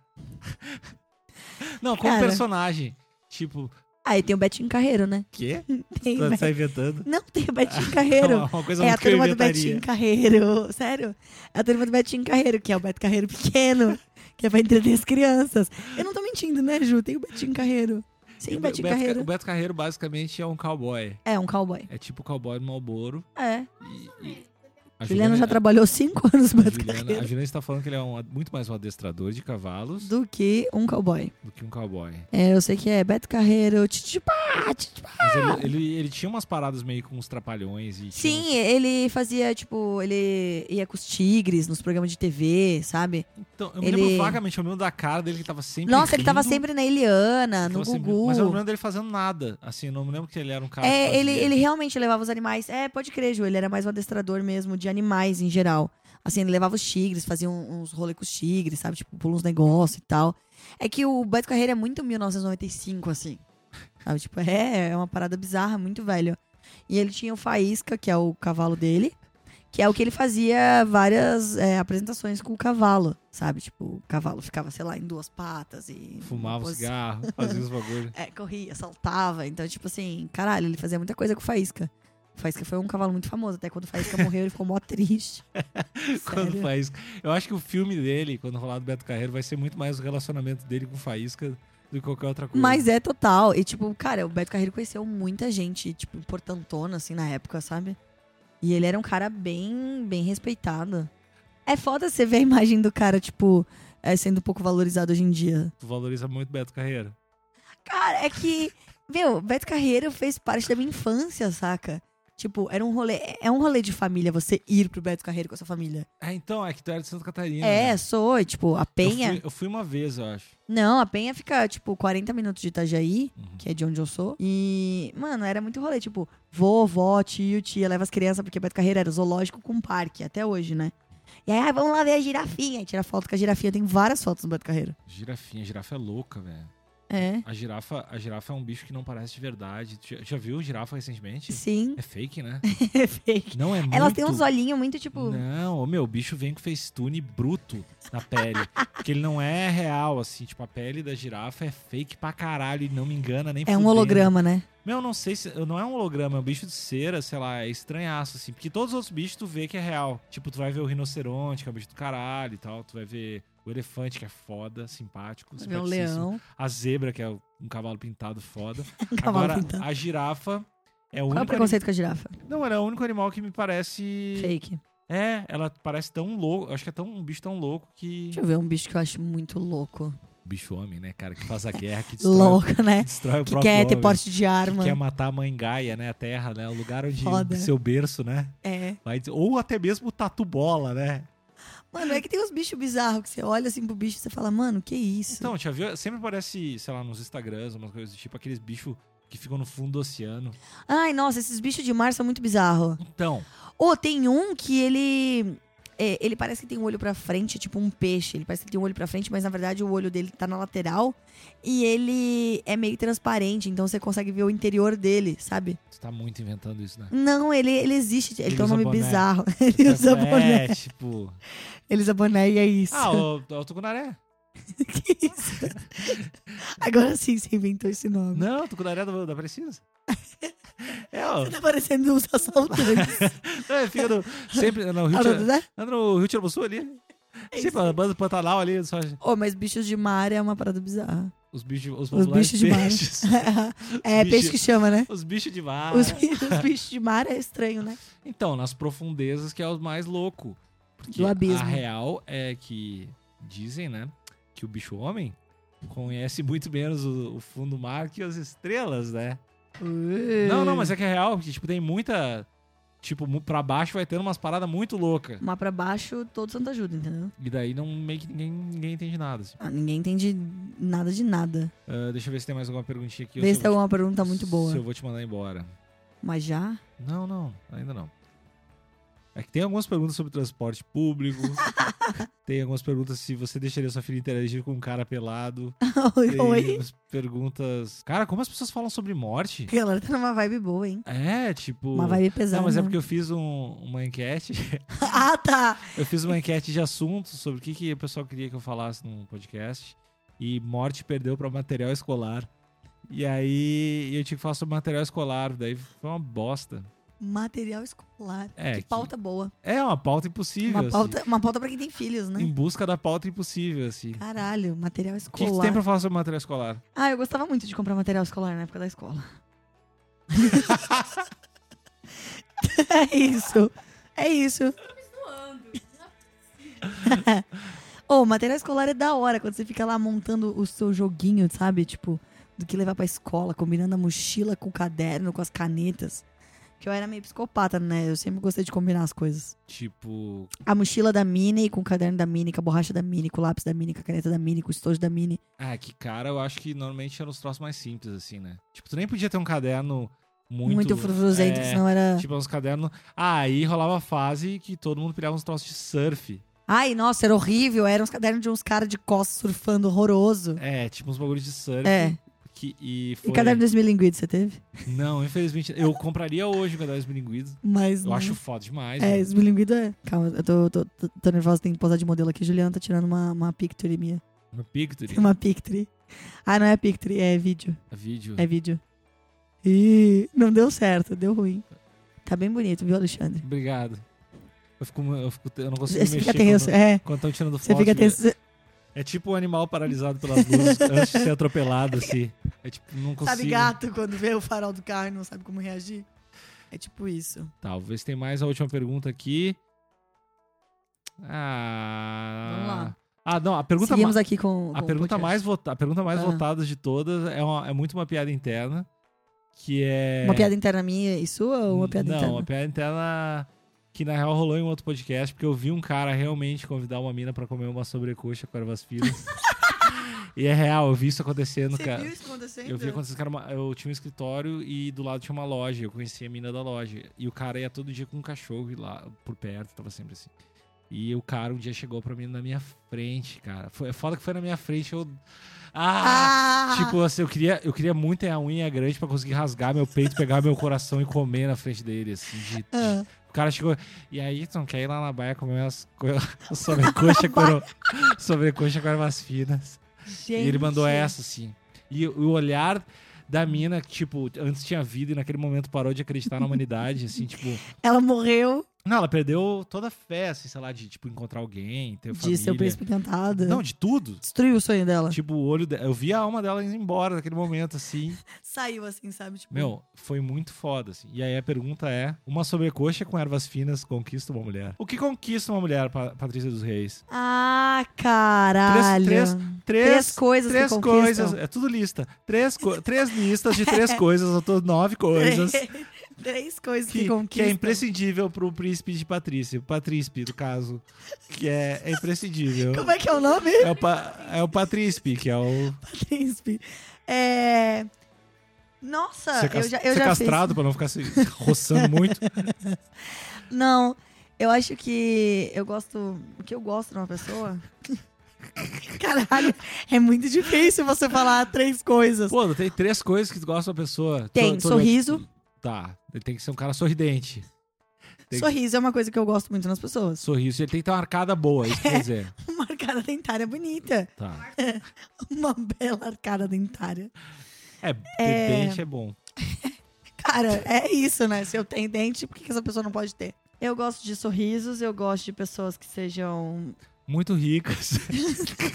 A: não, como
B: Cara.
A: personagem. Tipo,
B: Aí tem o Betinho Carreiro, né?
A: quê?
B: Tem o
A: Tu
B: Bet-
A: tá inventando?
B: Não, tem o Betinho Carreiro.
A: Uma, uma coisa
B: É a
A: muito que eu
B: turma do
A: inventaria.
B: Betinho Carreiro. Sério? É a turma do Betinho Carreiro, que é o Beto Carreiro pequeno, que é pra entreter as crianças. Eu não tô mentindo, né, Ju? Tem o Betinho Carreiro. Sim,
A: E
B: o
A: o
B: Betinho
A: Beto Ca-
B: Carreiro.
A: O Beto Carreiro basicamente é um cowboy.
B: É um cowboy.
A: É tipo o cowboy do Malboro.
B: É.
A: E, e- a
B: Juliano já trabalhou cinco anos no
A: a
B: Beto
A: Juliana, a
B: Carreiro
A: Juliana está falando que ele é um- muito mais um adestrador de cavalos do,
B: do que um cowboy.
A: que um cowboy.
B: É, eu sei que é Beto Carreiro, Titipá, Titipá.
A: Mas ele, ele, ele tinha umas paradas meio com uns trapalhões e. tinha um- uns-
B: Sim, ele fazia, tipo, ele ia com os tigres nos programas de TV, sabe?
A: Então, eu me
B: ele-
A: lembro vagamente, eu me lembro da cara dele que tava sempre.
B: Nossa, ele tava
A: rindo,
B: sempre na Eliana,
A: ele
B: Ah, no
A: tava sempre-
B: Gugu.
A: Então, assim, Mas eu não lembro dele fazendo nada. Assim, eu não me lembro que ele era um cara. que
B: É,
A: fazia.
B: ele, ele realmente levava os animais. É, pode crer, Ju, ele era mais um adestrador mesmo de animais em geral. Assim, ele levava os tigres, fazia um- uns rolê com os tigres, sabe? Tipo, pula uns negócios e tal. É que o Beto Carreira é muito 1995, assim. Sabe? Tipo, é, é uma parada bizarra, muito velho. E ele tinha o Faísca, que é o cavalo dele, que é o que ele fazia várias é, apresentações com o cavalo, sabe? Tipo, o cavalo ficava, sei lá, em duas patas e.
A: Fumava
B: Posi-
A: cigarro, fazia os bagulhos.
B: é, corria, saltava. Então, tipo assim, caralho, ele fazia muita coisa com o Faísca. O Faísca foi um cavalo muito famoso. Até quando o Faísca morreu, ele ficou mó triste.
A: Quando
B: Sério.
A: faz. Eu acho que o filme dele, quando falar do Beto Carreiro, vai ser muito mais o relacionamento dele com o Faísca do que qualquer outra coisa.
B: Mas é total. E, tipo, cara, o Beto Carreiro conheceu muita gente, tipo, importantona, assim, na época, sabe? E ele era um cara bem, bem respeitado. É foda você ver a imagem do cara, tipo, é, sendo pouco valorizado hoje em dia.
A: Tu valoriza muito o Beto Carreiro.
B: Cara, é que. Meu, Beto Carreiro fez parte da minha infância, saca? Tipo, era um rolê. É um rolê de família você ir pro Beto Carreiro com a sua família.
A: Ah, então, é que tu era de Santa Catarina.
B: É,
A: né?
B: sou, e, tipo, a Penha.
A: Eu fui, eu fui uma vez, eu acho.
B: Não, a Penha fica, tipo, 40 minutos de Itajaí,
A: Uhum.
B: que é de onde eu sou. E, mano, era muito rolê, tipo, vovó, tio, tia, leva as crianças, porque Beto Carreiro era zoológico com parque, até hoje, né? E aí, ah, vamos lá ver a girafinha. E tira foto com a girafinha, tem várias fotos do Beto Carreiro.
A: Girafinha, girafa é louca, velho.
B: É.
A: A girafa, a girafa é um bicho que não parece de verdade. Tu já, já viu girafa recentemente?
B: Sim,
A: É fake, né?
B: é fake.
A: Não é muito. né?
B: Elas têm uns olhinhos muito, tipo.
A: Não, ô, meu, o bicho vem com facetune bruto na pele. porque ele não é real, assim. Tipo, a pele da girafa é fake pra caralho e não me engana nem
B: É um
A: fudendo.
B: holograma, né?
A: Meu, não sei se. Não é um holograma, é um bicho de cera, sei lá, é estranhaço, assim. Porque todos os outros bichos tu vê que é real. Tipo, tu vai ver o rinoceronte, que é um bicho do caralho e tal. Tu vai ver o elefante, que é foda, simpático.
B: Vê um
A: simpaticíssimo.
B: leão,
A: A zebra, que é um cavalo pintado foda.
B: um cavalo
A: Agora,
B: pintado.
A: a girafa então. é o
B: Qual é o
A: único.
B: preconceito com a girafa?
A: ani- Não, ela é o único animal que me parece.
B: Fake.
A: É, ela parece tão louco. Acho que é tão, um bicho tão louco que.
B: Deixa eu ver um bicho que eu acho muito louco.
A: Bicho homem, né, cara? Que faz a guerra, que destrói,
B: Louco, né?
A: que destrói É o
B: Que
A: próprio
B: quer ter
A: homem,
B: porte de arma.
A: Que quer matar a mãe Gaia, né? A terra, né? O lugar onde
B: Foda.
A: seu berço, né?
B: É.
A: Vai dizer- Ou até mesmo o tatu bola, né?
B: Mano, é que tem uns bichos bizarros que você olha assim pro bicho e você fala, mano, que isso?
A: Então, já viu? Sempre parece, sei lá, nos Instagrams, umas coisas do tipo, aqueles bichos que ficam no fundo do oceano.
B: Ai, nossa, esses bichos de mar são muito bizarros.
A: Então,
B: Ô, tem um que ele. é, ele parece que tem um olho pra frente, tipo um peixe. Ele parece que tem um olho pra frente, mas na verdade o olho dele tá na lateral. E ele é meio transparente, então você consegue ver o interior dele, sabe?
A: você tá muito inventando isso, né?
B: Não, ele, ele existe. Ele,
A: Ele
B: tem um
A: usa
B: nome
A: boné.
B: bizarro. Ele usa boné.
A: É, tipo.
B: Ele usa boné e é isso.
A: Ah, o, o Tucunaré.
B: Que isso? Agora sim você inventou esse nome.
A: Não, o Tucunaré da, da Precisa. É, ó.
B: Você tá parecendo uns assaltantes.
A: Não, ele fica no, sempre no Rio
B: Ah,
A: de,
B: não, né?
A: anda no Rio de Janeiro Sul
B: É
A: ali. Sempre a banda do Pantanal ali, só
B: Ô, mas bichos de mar é uma parada bizarra.
A: os bichos, os
B: Os
A: populares
B: bichos de mar.
A: peixes.
B: é,
A: Bicho- Ah, é.
B: peixe que chama, né?
A: Os bichos de mar.
B: Os, bi- os bichos de mar é estranho, né?
A: Então, nas profundezas que é o mais louco. Porque
B: Do abismo.
A: a real é que dizem, né? Que o bicho homem conhece muito menos o, o fundo do mar que as estrelas, né? Não, não, mas é que é real, porque tipo, tem muita. Tipo, mu- pra baixo vai tendo umas paradas muito loucas.
B: Mas pra baixo, todo santo ajuda, entendeu?
A: E daí não meio que ninguém, ninguém entende nada. assim.
B: Ah, ninguém entende nada de nada.
A: Ah, deixa eu ver se tem mais alguma perguntinha aqui. ou
B: Vê
A: eu
B: se tem alguma pergunta muito boa.
A: Se eu vou te mandar embora.
B: Mas já?
A: Não, não, ainda não. É que tem algumas perguntas sobre transporte público. tem algumas perguntas se você deixaria sua filha interagir com um cara pelado.
B: oi,
A: Tem
B: oi.
A: umas perguntas. Cara, como as pessoas falam sobre morte?
B: A galera tá numa vibe boa, hein?
A: É, tipo.
B: Uma vibe pesada.
A: Não, mas é
B: né?
A: porque eu fiz um- uma enquete.
B: ah, tá!
A: Eu fiz uma enquete de assuntos sobre o que, que o pessoal queria que eu falasse num podcast. E morte perdeu pra material escolar. E aí eu tinha que falar sobre material escolar. Daí foi uma bosta.
B: Material escolar.
A: É,
B: que
A: que-
B: pauta boa.
A: É uma pauta impossível.
B: Uma
A: assim.
B: pauta, uma pauta pra quem tem filhos, né?
A: Em busca da pauta impossível, assim.
B: Caralho, material
A: O que, que tu tem
B: escolar.
A: pra falar sobre material escolar?
B: Ah, eu gostava muito de comprar material escolar na época da escola. é isso. É isso. Ô, material escolar é da hora quando você fica lá montando o seu joguinho, sabe? Tipo, do que levar pra escola, combinando a mochila com o caderno, com as canetas. Que eu era meio psicopata, né? Eu sempre gostei de combinar as coisas.
A: Tipo,
B: A mochila da Minnie com o caderno da Minnie, com a borracha da Minnie, com o lápis da Minnie, com a caneta da Minnie, com o estojo da Minnie.
A: ah, que cara, eu acho que normalmente eram os troços mais simples, assim, né? Tipo, tu nem podia ter um caderno muito.
B: Muito, frufruzento,
A: é,
B: que senão né? era...
A: Tipo, uns cadernos. Ah, aí rolava a fase que todo mundo pilhava uns troços de surf.
B: Ai, nossa, era horrível. Era uns cadernos de uns caras de costas surfando horroroso.
A: É, tipo uns bagulhos de surf.
B: É.
A: Que, e foi.
B: E caderno dos milinguidos você teve?
A: Não, infelizmente. Eu compraria hoje o caderno esmilinguido.
B: Mas
A: Eu
B: não.
A: acho foda demais.
B: É,
A: né?
B: esmilinguido é. Calma, eu tô, tô, tô, tô nervosa, tem que posar de modelo aqui. Juliana tá tirando uma, uma picture minha.
A: No Picture,
B: Tem uma picture. Ah, não é picture, é vídeo.
A: vídeo.
B: É vídeo. Ih, não deu certo, deu ruim. Tá bem bonito, viu, Alexandre?
A: Obrigado. Eu, fico, eu, fico, eu não consigo
B: Você
A: mexer
B: fica tenso,
A: quando
B: é.
A: quando estão tirando
B: Você
A: foto.
B: fica
A: velho.
B: tenso.
A: É tipo um animal paralisado pelas luzes antes de ser atropelado, assim. É tipo, não consigo.
B: Sabe gato quando vê o farol do carro e não sabe como reagir? É tipo isso.
A: Talvez tem mais a última pergunta aqui. Ah.
B: Vamos lá.
A: Ah, não, a pergunta,
B: Seguimos
A: ma-
B: aqui com,
A: a
B: com o
A: pergunta
B: podcast.
A: mais vota... a pergunta mais
B: Ah.
A: votada de todas é, uma- é muito uma piada interna, que é
B: Uma piada interna minha e sua ou uma piada
A: Não,
B: interna?
A: uma piada interna que na real rolou em um outro podcast, porque eu vi um cara realmente convidar uma mina pra comer uma sobrecoxa com ervas finas. e é real, eu vi isso acontecendo,
B: Você
A: cara.
B: viu isso acontecendo?
A: Eu vi quando esses caras. Eu tinha um escritório e do lado tinha uma loja. Eu conhecia a mina da loja. E o cara ia todo dia com um cachorro e lá por perto, tava sempre assim. E o cara um dia chegou pra mim na minha frente, cara. Foi, é foda que foi na minha frente. Eu. Ah!
B: Ah!
A: Tipo assim, eu queria, eu queria muito ter a unha grande pra conseguir rasgar meu peito, pegar meu coração e comer na frente dele, assim. de- de-
B: Ah.
A: O cara chegou. E aí, tu não quer ir lá na baia comer umas co- sobrecoxa, com, sobrecoxa com ervas finas? E ele mandou
B: Gente.
A: essa, assim. E o o olhar da mina, que, tipo, antes tinha vida e naquele momento parou de acreditar na humanidade, assim, tipo.
B: Ela morreu
A: Não, ela perdeu toda a fé, assim, sei lá, de, tipo, encontrar alguém, ter
B: de
A: família.
B: seu príncipe encantado.
A: Não, de tudo.
B: Destruiu o sonho dela.
A: Tipo, o olho dela. Eu vi a alma dela indo embora naquele momento, assim.
B: Saiu assim, sabe? Tipo,
A: Meu, foi muito foda, assim. E aí a pergunta é: uma sobrecoxa com ervas finas conquista uma mulher? O que conquista uma mulher, Pa- Patrícia dos Reis?
B: Ah, caralho.
A: Três-
B: Três
A: Três
B: coisas
A: Três
B: que conquistam.
A: coisas, é tudo lista. Três, co- três listas de três coisas, eu tô nove coisas.
B: Três coisas que,
A: Que,
B: conquistam.
A: que é imprescindível pro príncipe de Patrícia. Patrícipe, no caso. Que é, é imprescindível.
B: Como é que é o nome?
A: É o, pa, é o Patrícipe, que é o.
B: Príncipe. É... Nossa,
A: ser, cas-
B: eu já, eu
A: ser
B: já fiz.
A: castrado pra não ficar se roçando muito.
B: Não, eu acho que eu gosto. O que eu gosto de uma pessoa. Caralho, é muito difícil você falar três coisas.
A: Pô, tem três coisas que tu gosta da pessoa.
B: Tem
A: Tu- tu-
B: sorriso.
A: Tá, ele tem que ser um cara sorridente. Tem-
B: Sorriso é uma coisa que eu gosto muito nas pessoas.
A: Sorriso, ele tem que ter uma arcada boa, isso que quer dizer.
B: Uma arcada dentária bonita.
A: Tá.
B: Uma bela arcada dentária.
A: É, ter
B: É.
A: dente é bom.
B: Cara, é isso, né? Se eu tenho dente, por que que essa pessoa não pode ter? Eu gosto de sorrisos, eu gosto de pessoas que sejam
A: Muito assim. ricas.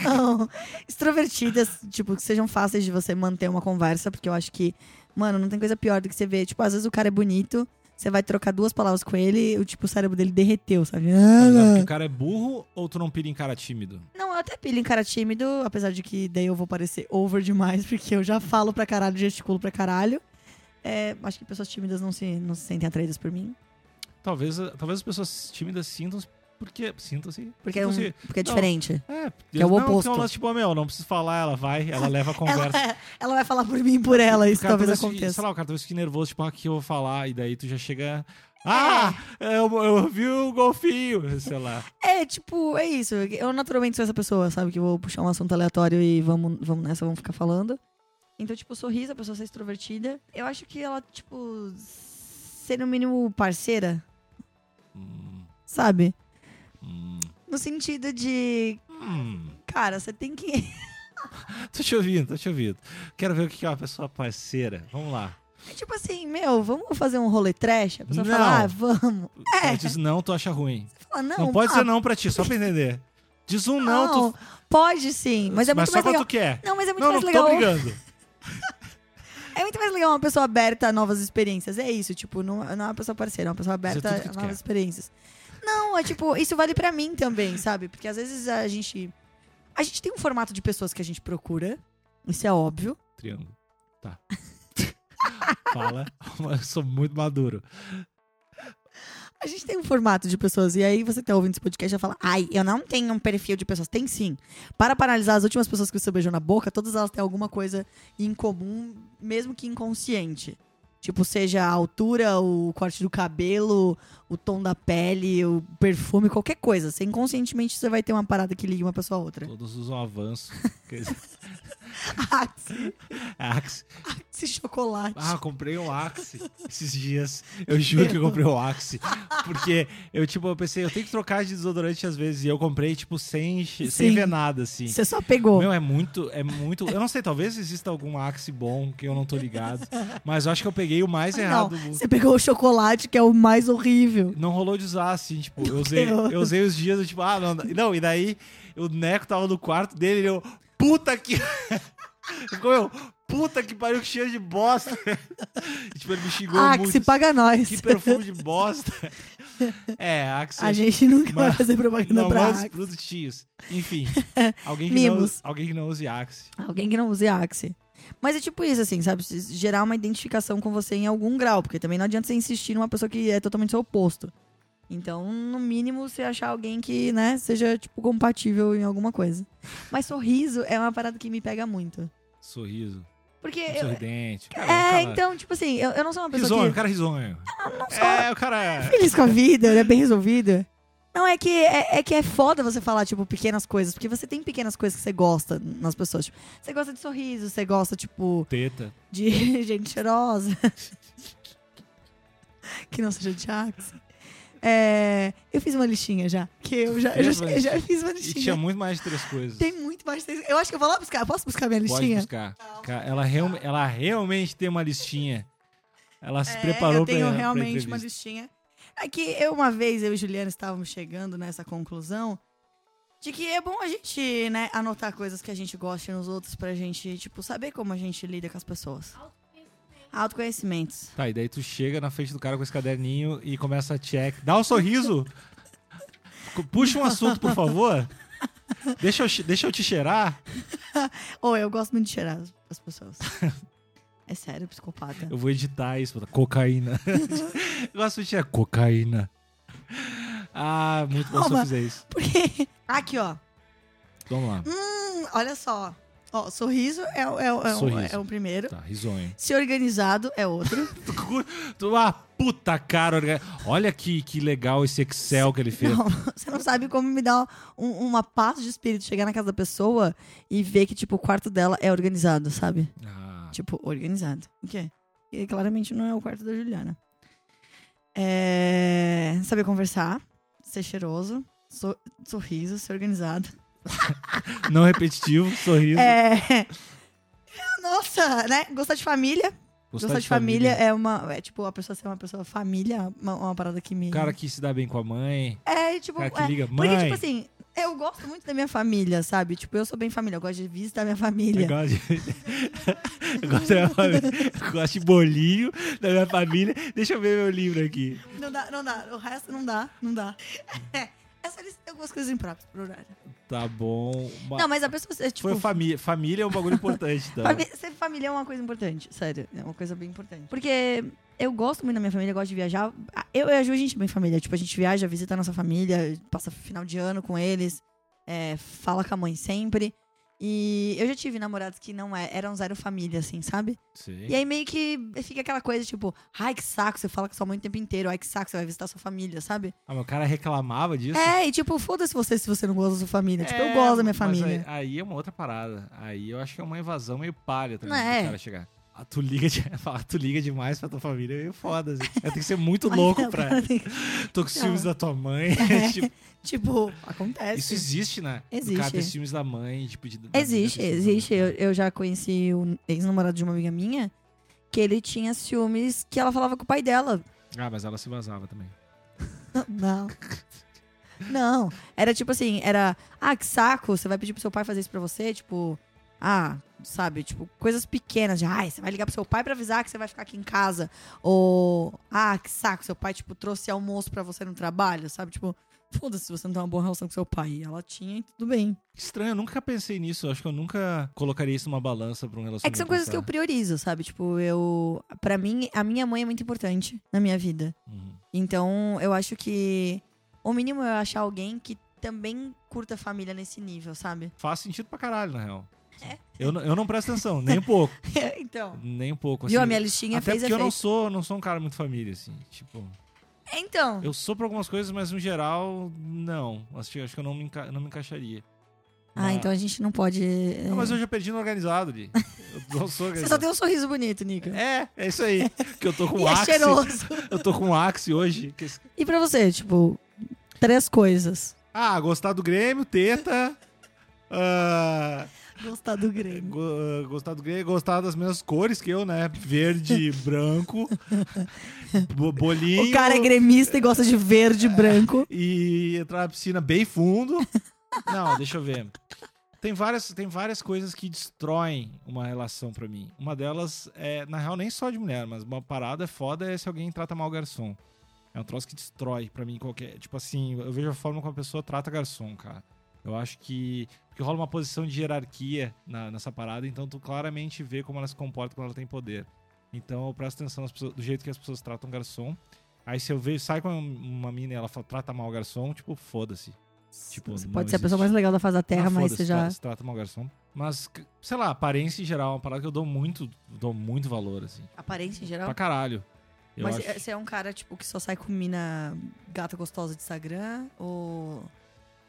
B: Não. Extrovertidas, tipo, que sejam fáceis de você manter uma conversa, porque eu acho que, mano, não tem coisa pior do que você ver. Tipo, às vezes o cara é bonito, você vai trocar duas palavras com ele, e, tipo, o cérebro dele derreteu, sabe?
A: Mas é porque o cara é burro ou tu não pira em cara tímido?
B: Não, eu até pilho em cara tímido, apesar de que daí eu vou parecer over demais, porque eu já falo pra caralho, gesticulo pra caralho. É, acho que pessoas tímidas não se, não se sentem atraídas por mim.
A: Talvez, talvez as pessoas tímidas sintam-se porque. Sintam-se.
B: Porque é, um-
A: sintam-se-
B: porque é
A: Tipo Não.
B: diferente.
A: É,
B: é o
A: não,
B: oposto.
A: Tem um lance tipo, ah, meu, não preciso falar, ela vai, ela leva a
B: Ela,
A: conversa.
B: ela vai falar por mim e por ela,
A: O
B: isso
A: cara
B: talvez
A: talvez fique-
B: aconteça.
A: Sei lá, o cara talvez fique nervoso, tipo, ah, o que eu vou falar? E daí tu já chega. Ah, eu, eu vi o golfinho, sei lá.
B: É, tipo, é isso. Eu naturalmente sou essa pessoa, sabe? Que vou puxar um assunto aleatório e vamos, vamos nessa, vamos ficar falando. Então, tipo, sorriso, a pessoa ser extrovertida. Eu acho que ela, tipo, ser no mínimo parceira,
A: Hum,
B: sabe?
A: hum,
B: No sentido de,
A: hum.
B: cara, você tem que.
A: Tô te ouvindo, tô te ouvindo. Quero ver o que é uma pessoa parceira. Vamos lá.
B: É tipo assim, meu, vamos fazer um rolê trash? A pessoa
A: Não.
B: fala, ah, vamos. É.
A: Ela diz não, tu acha ruim.
B: Você fala, não,
A: Não, pode
B: ah,
A: dizer não pra ti, só pra entender. Diz um não,
B: não,
A: tu.
B: Pode sim, mas é muito
A: só
B: mais
A: quando
B: legal.
A: tu quer.
B: Não, mas é muito
A: Não, não
B: mais
A: tô
B: legal.
A: brigando.
B: É muito mais legal uma pessoa aberta a novas experiências. É isso, tipo, não, não é uma pessoa parceira, é uma pessoa aberta
A: tudo que
B: a
A: tu
B: novas
A: quer.
B: experiências. Não, é tipo, isso vale pra mim também, sabe? Porque às vezes a gente. A gente tem um formato de pessoas que a gente procura. Isso é óbvio.
A: Triângulo. Tá. Fala. Eu sou muito maduro.
B: A gente tem um formato de pessoas. E aí você tá ouvindo esse podcast e já fala: Ai, eu não tenho um perfil de pessoas. Tem sim. Para paralisar as últimas pessoas que você beijou na boca, todas elas têm alguma coisa em comum, mesmo que inconsciente. Tipo, seja a altura, o corte do cabelo, o tom da pele, o perfume, qualquer coisa. Você inconscientemente você vai ter uma parada que ligue uma pessoa a outra.
A: Todos usam avanço. Quer dizer,
B: Axe,
A: Axe.
B: esse chocolate.
A: Ah, comprei o Axe esses dias. Eu juro que eu comprei o Axe. Porque eu, tipo, eu pensei, eu tenho que trocar de desodorante às vezes. E eu comprei, tipo, sem, sem
B: Sim. tá
A: ver nada, assim.
B: Você só pegou.
A: Meu, é muito, é muito. Eu não sei, talvez exista algum Axe bom que eu não tô ligado. Mas eu acho que eu peguei o mais
B: não,
A: é errado do mundo.
B: você pegou o chocolate, que é o mais horrível.
A: Não rolou de usar, assim, tipo, eu usei,
B: deu.
A: eu usei os dias, eu, tipo, ah, não, não, e daí o Neco tava no quarto dele e eu, puta que. Ficou eu, puta que pariu, que cheiro de bosta. E, tipo, ele me xingou
B: Axe,
A: muito. assim,
B: Ah, paga nós.
A: Que perfume de bosta. É, Axe.
B: A gente nunca vai
A: Mas-
B: fazer propaganda
A: não,
B: pra
A: mas
B: Axe.
A: pros tios. Enfim, alguém que, não,
B: Mimos.
A: alguém que não use Axe.
B: Alguém que não use Axe. Mas é tipo isso, assim, sabe? Gerar uma identificação com você em algum grau, porque também não adianta você insistir numa pessoa que é totalmente seu oposto. Então, no mínimo, você achar alguém que, né, seja, tipo, compatível em alguma coisa. Mas sorriso é uma parada que me pega muito.
A: Sorriso.
B: Porque. Eu,
A: Sorridente. Cara, o
B: é,
A: cara-
B: então, tipo assim, eu, eu não sou uma pessoa.
A: Risonho, o
B: que...
A: cara é risonho.
B: Eu não sou
A: É, o cara.
B: feliz com a vida, ele é bem resolvido. Não, é que é, é que é foda você falar, tipo, pequenas coisas, porque você tem pequenas coisas que você gosta nas pessoas. Tipo, você gosta de sorriso, você gosta, tipo,
A: Teta.
B: de gente cheirosa. que não seja de Axe. É, eu fiz uma listinha já. Que eu já, eu já, eu já fiz uma
A: E tinha
B: listinha.
A: muito mais de três coisas.
B: Tem muito mais. texto. Eu acho que eu vou lá buscar. Posso buscar minha
A: Pode
B: listinha?
A: buscar. Ca- Ela, real- ela realmente tem uma listinha. Ela se
B: É,
A: preparou
B: eu tenho
A: pra,
B: realmente
A: pra
B: uma
A: entrevista.
B: listinha. É que eu, uma vez, eu e Juliana estávamos chegando nessa conclusão de que é bom a gente, né, anotar coisas que a gente gosta nos outros pra gente, tipo, saber como a gente lida com as pessoas. Autoconhecimentos.
A: Tá, e daí tu chega na frente do cara com esse caderninho e começa a check. Dá um sorriso. Cu- Puxa um assunto, por favor. Deixa eu, che- deixa eu te cheirar.
B: Ou eu gosto muito de cheirar as, as pessoas. é sério, psicopata.
A: Eu vou editar isso. botar Cocaína. eu gosto de cheirar cocaína. Ah, muito bom se eu
B: Calma.
A: fizer isso.
B: Porque. Aqui, ó.
A: Vamos lá.
B: Hum, olha só. Ó, sorriso é, o- é, o- é, o-
A: Sorriso.
B: é o primeiro.
A: Tá, risonho.
B: Se organizado é outro.
A: Tu, ah, puta cara. orga- Olha que, que legal esse Excel que ele fez.
B: Não, você não sabe como me dá um- uma paz de espírito chegar na casa da pessoa e ver que, tipo, o quarto dela é organizado, sabe?
A: Ah,
B: Tipo, organizado. O quê? E claramente não é o quarto da Juliana. É... Saber conversar, ser cheiroso, so- sorriso, ser organizado.
A: não repetitivo, sorriso.
B: É... Nossa, né? Gostar de família. Gostar, de, família, é uma... É tipo, a pessoa ser uma pessoa família, é uma, uma parada que me...
A: O cara que se dá bem com a mãe.
B: É, tipo...
A: O cara que
B: é,
A: liga, mãe.
B: Porque, tipo assim, eu gosto muito da minha família, sabe? Tipo, eu sou bem família, eu gosto de visitar minha
A: Eu
B: família.
A: gosto, de... eu gosto da minha família. Eu gosto de bolinho da minha família. Deixa eu ver meu livro aqui.
B: Não dá, não dá. O resto não dá, não dá. É, Essa lista, eu gosto de coisas impróprias pro horário.
A: Tá bom. Uma-
B: Não, mas a pessoa, é, tipo...
A: Foi família. Família é um bagulho importante, tá?
B: fami- ser família é uma coisa importante, sério. É uma coisa bem importante. Porque eu gosto muito da minha família, eu gosto de viajar. Eu e a Ju, a gente é bem família. Tipo, a gente viaja, visita a nossa família, passa final de ano com eles, é, fala com a mãe sempre. E eu já tive namorados que não é- eram zero família, assim, sabe?
A: Sim.
B: E aí meio que fica aquela coisa, tipo, ai que saco, você fala com sua mãe o tempo inteiro, ai que saco, você vai visitar sua família, sabe?
A: Ah, mas o cara reclamava disso.
B: É, e tipo, foda-se você se você não gosta da sua família. Tipo,
A: É,
B: eu gosto da minha
A: mas
B: família.
A: Aí, aí é uma outra parada. Aí eu acho que é uma invasão meio palha também
B: Não
A: do
B: é.
A: cara chegar. Ah, tu liga, de... falar, tu liga demais pra tua família é meio foda. Assim. Tem que ser muito
B: Mas
A: louco
B: o
A: pra.
B: cara tem-
A: Tô com ciúmes
B: Ah.
A: da tua mãe. tipo,
B: Tipo, acontece.
A: isso existe, né? O cara
B: Existe.
A: tem ciúmes da mãe, tipo, de, da
B: Existe,
A: amiga,
B: existe. Eu,
A: ciúmes
B: eu já conheci o ex-namorado de uma amiga minha que ele tinha ciúmes que ela falava com o pai dela.
A: da mãe. Ah, mas ela se vazava também.
B: Não. Não. Era tipo assim, era. Ah, que saco, você vai pedir pro seu pai fazer isso pra você? Tipo. Ah, sabe, tipo, coisas pequenas de, ai, você vai ligar pro seu pai pra avisar que você vai ficar aqui em casa. Ou, ah, que saco, seu pai, tipo, trouxe almoço pra você no trabalho, sabe? Tipo, foda-se se você não tem uma boa relação com seu pai. E ela tinha e tudo bem.
A: Que Estranho, eu nunca pensei nisso. Eu Acho que eu nunca colocaria isso numa balança pra um relacionamento.
B: É que são coisas que eu
A: tá?
B: priorizo, sabe? Tipo, eu. Pra mim, a minha mãe é muito importante na minha vida.
A: Uhum.
B: Então, eu acho que o mínimo é eu achar alguém que também curta a família nesse nível, sabe?
A: Faz sentido pra caralho, na real.
B: É.
A: Eu, não- eu não presto atenção, nem um pouco.
B: então.
A: Nem um pouco.
B: Viu?
A: assim.
B: A minha listinha
A: Até
B: fez
A: porque eu
B: efeito.
A: não sou, não sou um cara muito família, assim. Tipo,
B: É, Então.
A: eu sou pra algumas coisas, mas no geral, não. Acho, que- acho que eu não me, enca- não me encaixaria.
B: Ah, então a gente não pode. é.
A: Não, mas eu já perdi no organizado ali. Eu não sou
B: Você só
A: organizado.
B: tem um sorriso bonito, Nico.
A: É, é isso aí. Que eu tô com
B: e é
A: Axe.
B: cheiroso.
A: eu tô com Axe hoje. que-
B: E pra você, tipo, três coisas.
A: Ah, gostar do Grêmio, teta. ah,
B: Gostar do Grêmio.
A: go- ah, gostar do Grêmio, gostar das mesmas cores que eu, né? Verde, branco, bo- bolinho.
B: O cara é gremista e gosta de
A: É.
B: verde e branco.
A: e entrar na piscina bem fundo. Não, deixa eu ver. Tem várias, tem várias coisas que destroem uma relação pra mim. Uma delas é, na real, nem só de mulher, mas uma parada foda é se alguém trata mal o garçom. É um troço que destrói pra mim qualquer. Tipo assim, eu vejo a forma como a pessoa trata garçom, cara. Eu acho que. Porque rola uma posição de hierarquia na- nessa parada, então tu claramente vê como ela se comporta quando ela tem poder. Então eu presto atenção nas pessoas- do jeito que as pessoas tratam garçom. Aí se eu vejo, sai com uma, uma mina e ela fala, trata mal o garçom, tipo, foda-se. Tipo,
B: você
A: não
B: pode ser a
A: existe.
B: pessoa mais legal da face da Terra,
A: Ah,
B: mas
A: foda-se,
B: você já.
A: tra- Se trata mal o garçom. Mas, c- sei lá, aparência em geral é uma parada que eu dou muito, dou muito valor, assim.
B: Aparência
A: Pra
B: em geral.
A: caralho. Eu
B: Então Mas
A: acho.
B: você é um cara, tipo, que só sai com mina gata gostosa de Instagram? Ou.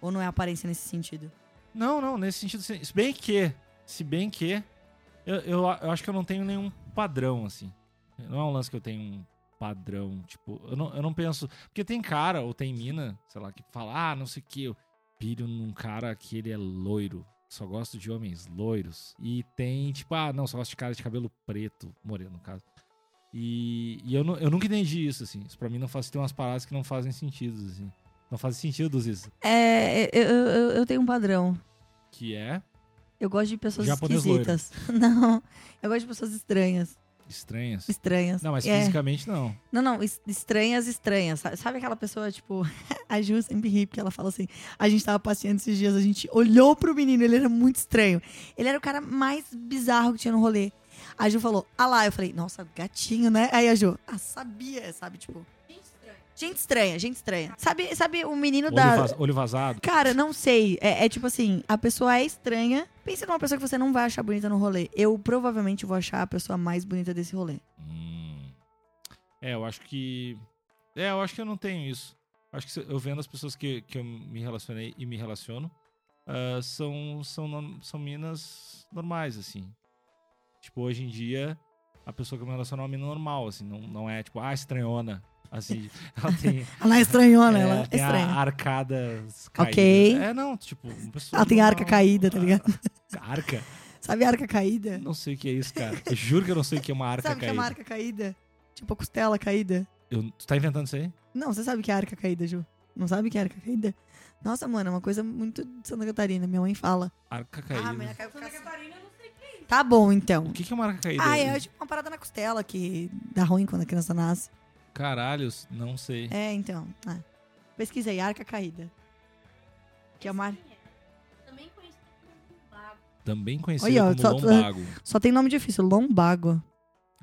B: Ou não é aparência nesse sentido?
A: Não, não, nesse sentido. sim. Se bem que. Se bem que. Eu, eu, a- eu acho que eu não tenho nenhum padrão, assim. Não é um lance que eu tenho um padrão. Tipo, eu não, eu não penso. Porque tem cara, ou tem mina, sei lá, que fala, ah, não sei o que, eu pilho num cara que ele é loiro. Só gosto de homens loiros. E tem, tipo, ah, não, só gosto de cara de cabelo preto, moreno, no caso. E, e eu, nu- eu nunca entendi isso, assim. Isso pra mim não faz. Tem umas paradas que não fazem sentido, assim. Não fazem sentido, isso.
B: É, eu, eu, eu tenho um padrão.
A: Que é
B: Eu gosto de pessoas
A: Japonês
B: esquisitas. Não, eu gosto de pessoas estranhas.
A: estranhas.
B: Estranhas.
A: Não, mas
B: É.
A: fisicamente não.
B: Não, não, es- estranhas, estranhas. Sa- Sabe aquela pessoa, tipo, a Ju sempre ri, porque ela fala assim: a gente tava passeando esses dias, a gente olhou pro menino, ele era muito estranho. Ele era o cara mais bizarro que tinha no rolê. A Ju falou, ah lá, eu falei, nossa, gatinho, né? Aí a Ju, ah, sabia, sabe, tipo. Gente estranha, gente estranha. Sabe, sabe o menino
A: Olho,
B: da.
A: vaz- olho vazado.
B: Cara, não sei. É, é tipo assim, a pessoa é estranha. Pensa numa pessoa que você não vai achar bonita no rolê. Eu provavelmente vou achar a pessoa mais bonita desse rolê.
A: Hum. É, eu acho que. É, eu acho que eu não tenho isso. Acho que se- eu vendo as pessoas que, que eu me relacionei e me relaciono ah, são, são, norm- são minas normais, assim. Tipo, hoje em dia, a pessoa que eu me relaciono é uma mina normal, assim. Não, não é tipo, ah, estranhona. Assim, ela tem,
B: Ela é estranhona,
A: é,
B: ela é
A: tem a
B: estranha.
A: arcada caída.
B: Ok.
A: É, não, tipo, uma pessoa
B: Ela tem arca
A: normal.
B: caída, tá ligado?
A: Ah, Arca?
B: Sabe a arca caída?
A: Não sei o que é isso, cara. Eu juro que eu não sei o que é uma arca
B: sabe o que é
A: caída.
B: uma arca caída? Tipo a costela caída?
A: Eu- tu tá inventando isso aí?
B: Não, você sabe o que é arca caída, Ju. Não sabe o que é arca caída? Nossa, mano, é uma coisa muito de Santa Catarina. Minha mãe fala.
A: Arca caída.
B: Ah, minha caiu Santa Catarina, eu não sei quem. Tá bom, então.
A: O que, que é uma arca caída?
B: Ah, é tipo uma parada na costela que dá ruim quando a criança nasce.
A: Caralhos, não sei.
B: É, então. Ah. Pesquisa aí, arca caída. Que é uma... ar-
C: Também conhecido como vago.
A: Também conhecido
B: Olha,
A: como
B: só-
A: lombago.
B: Só tem nome difícil, lombago.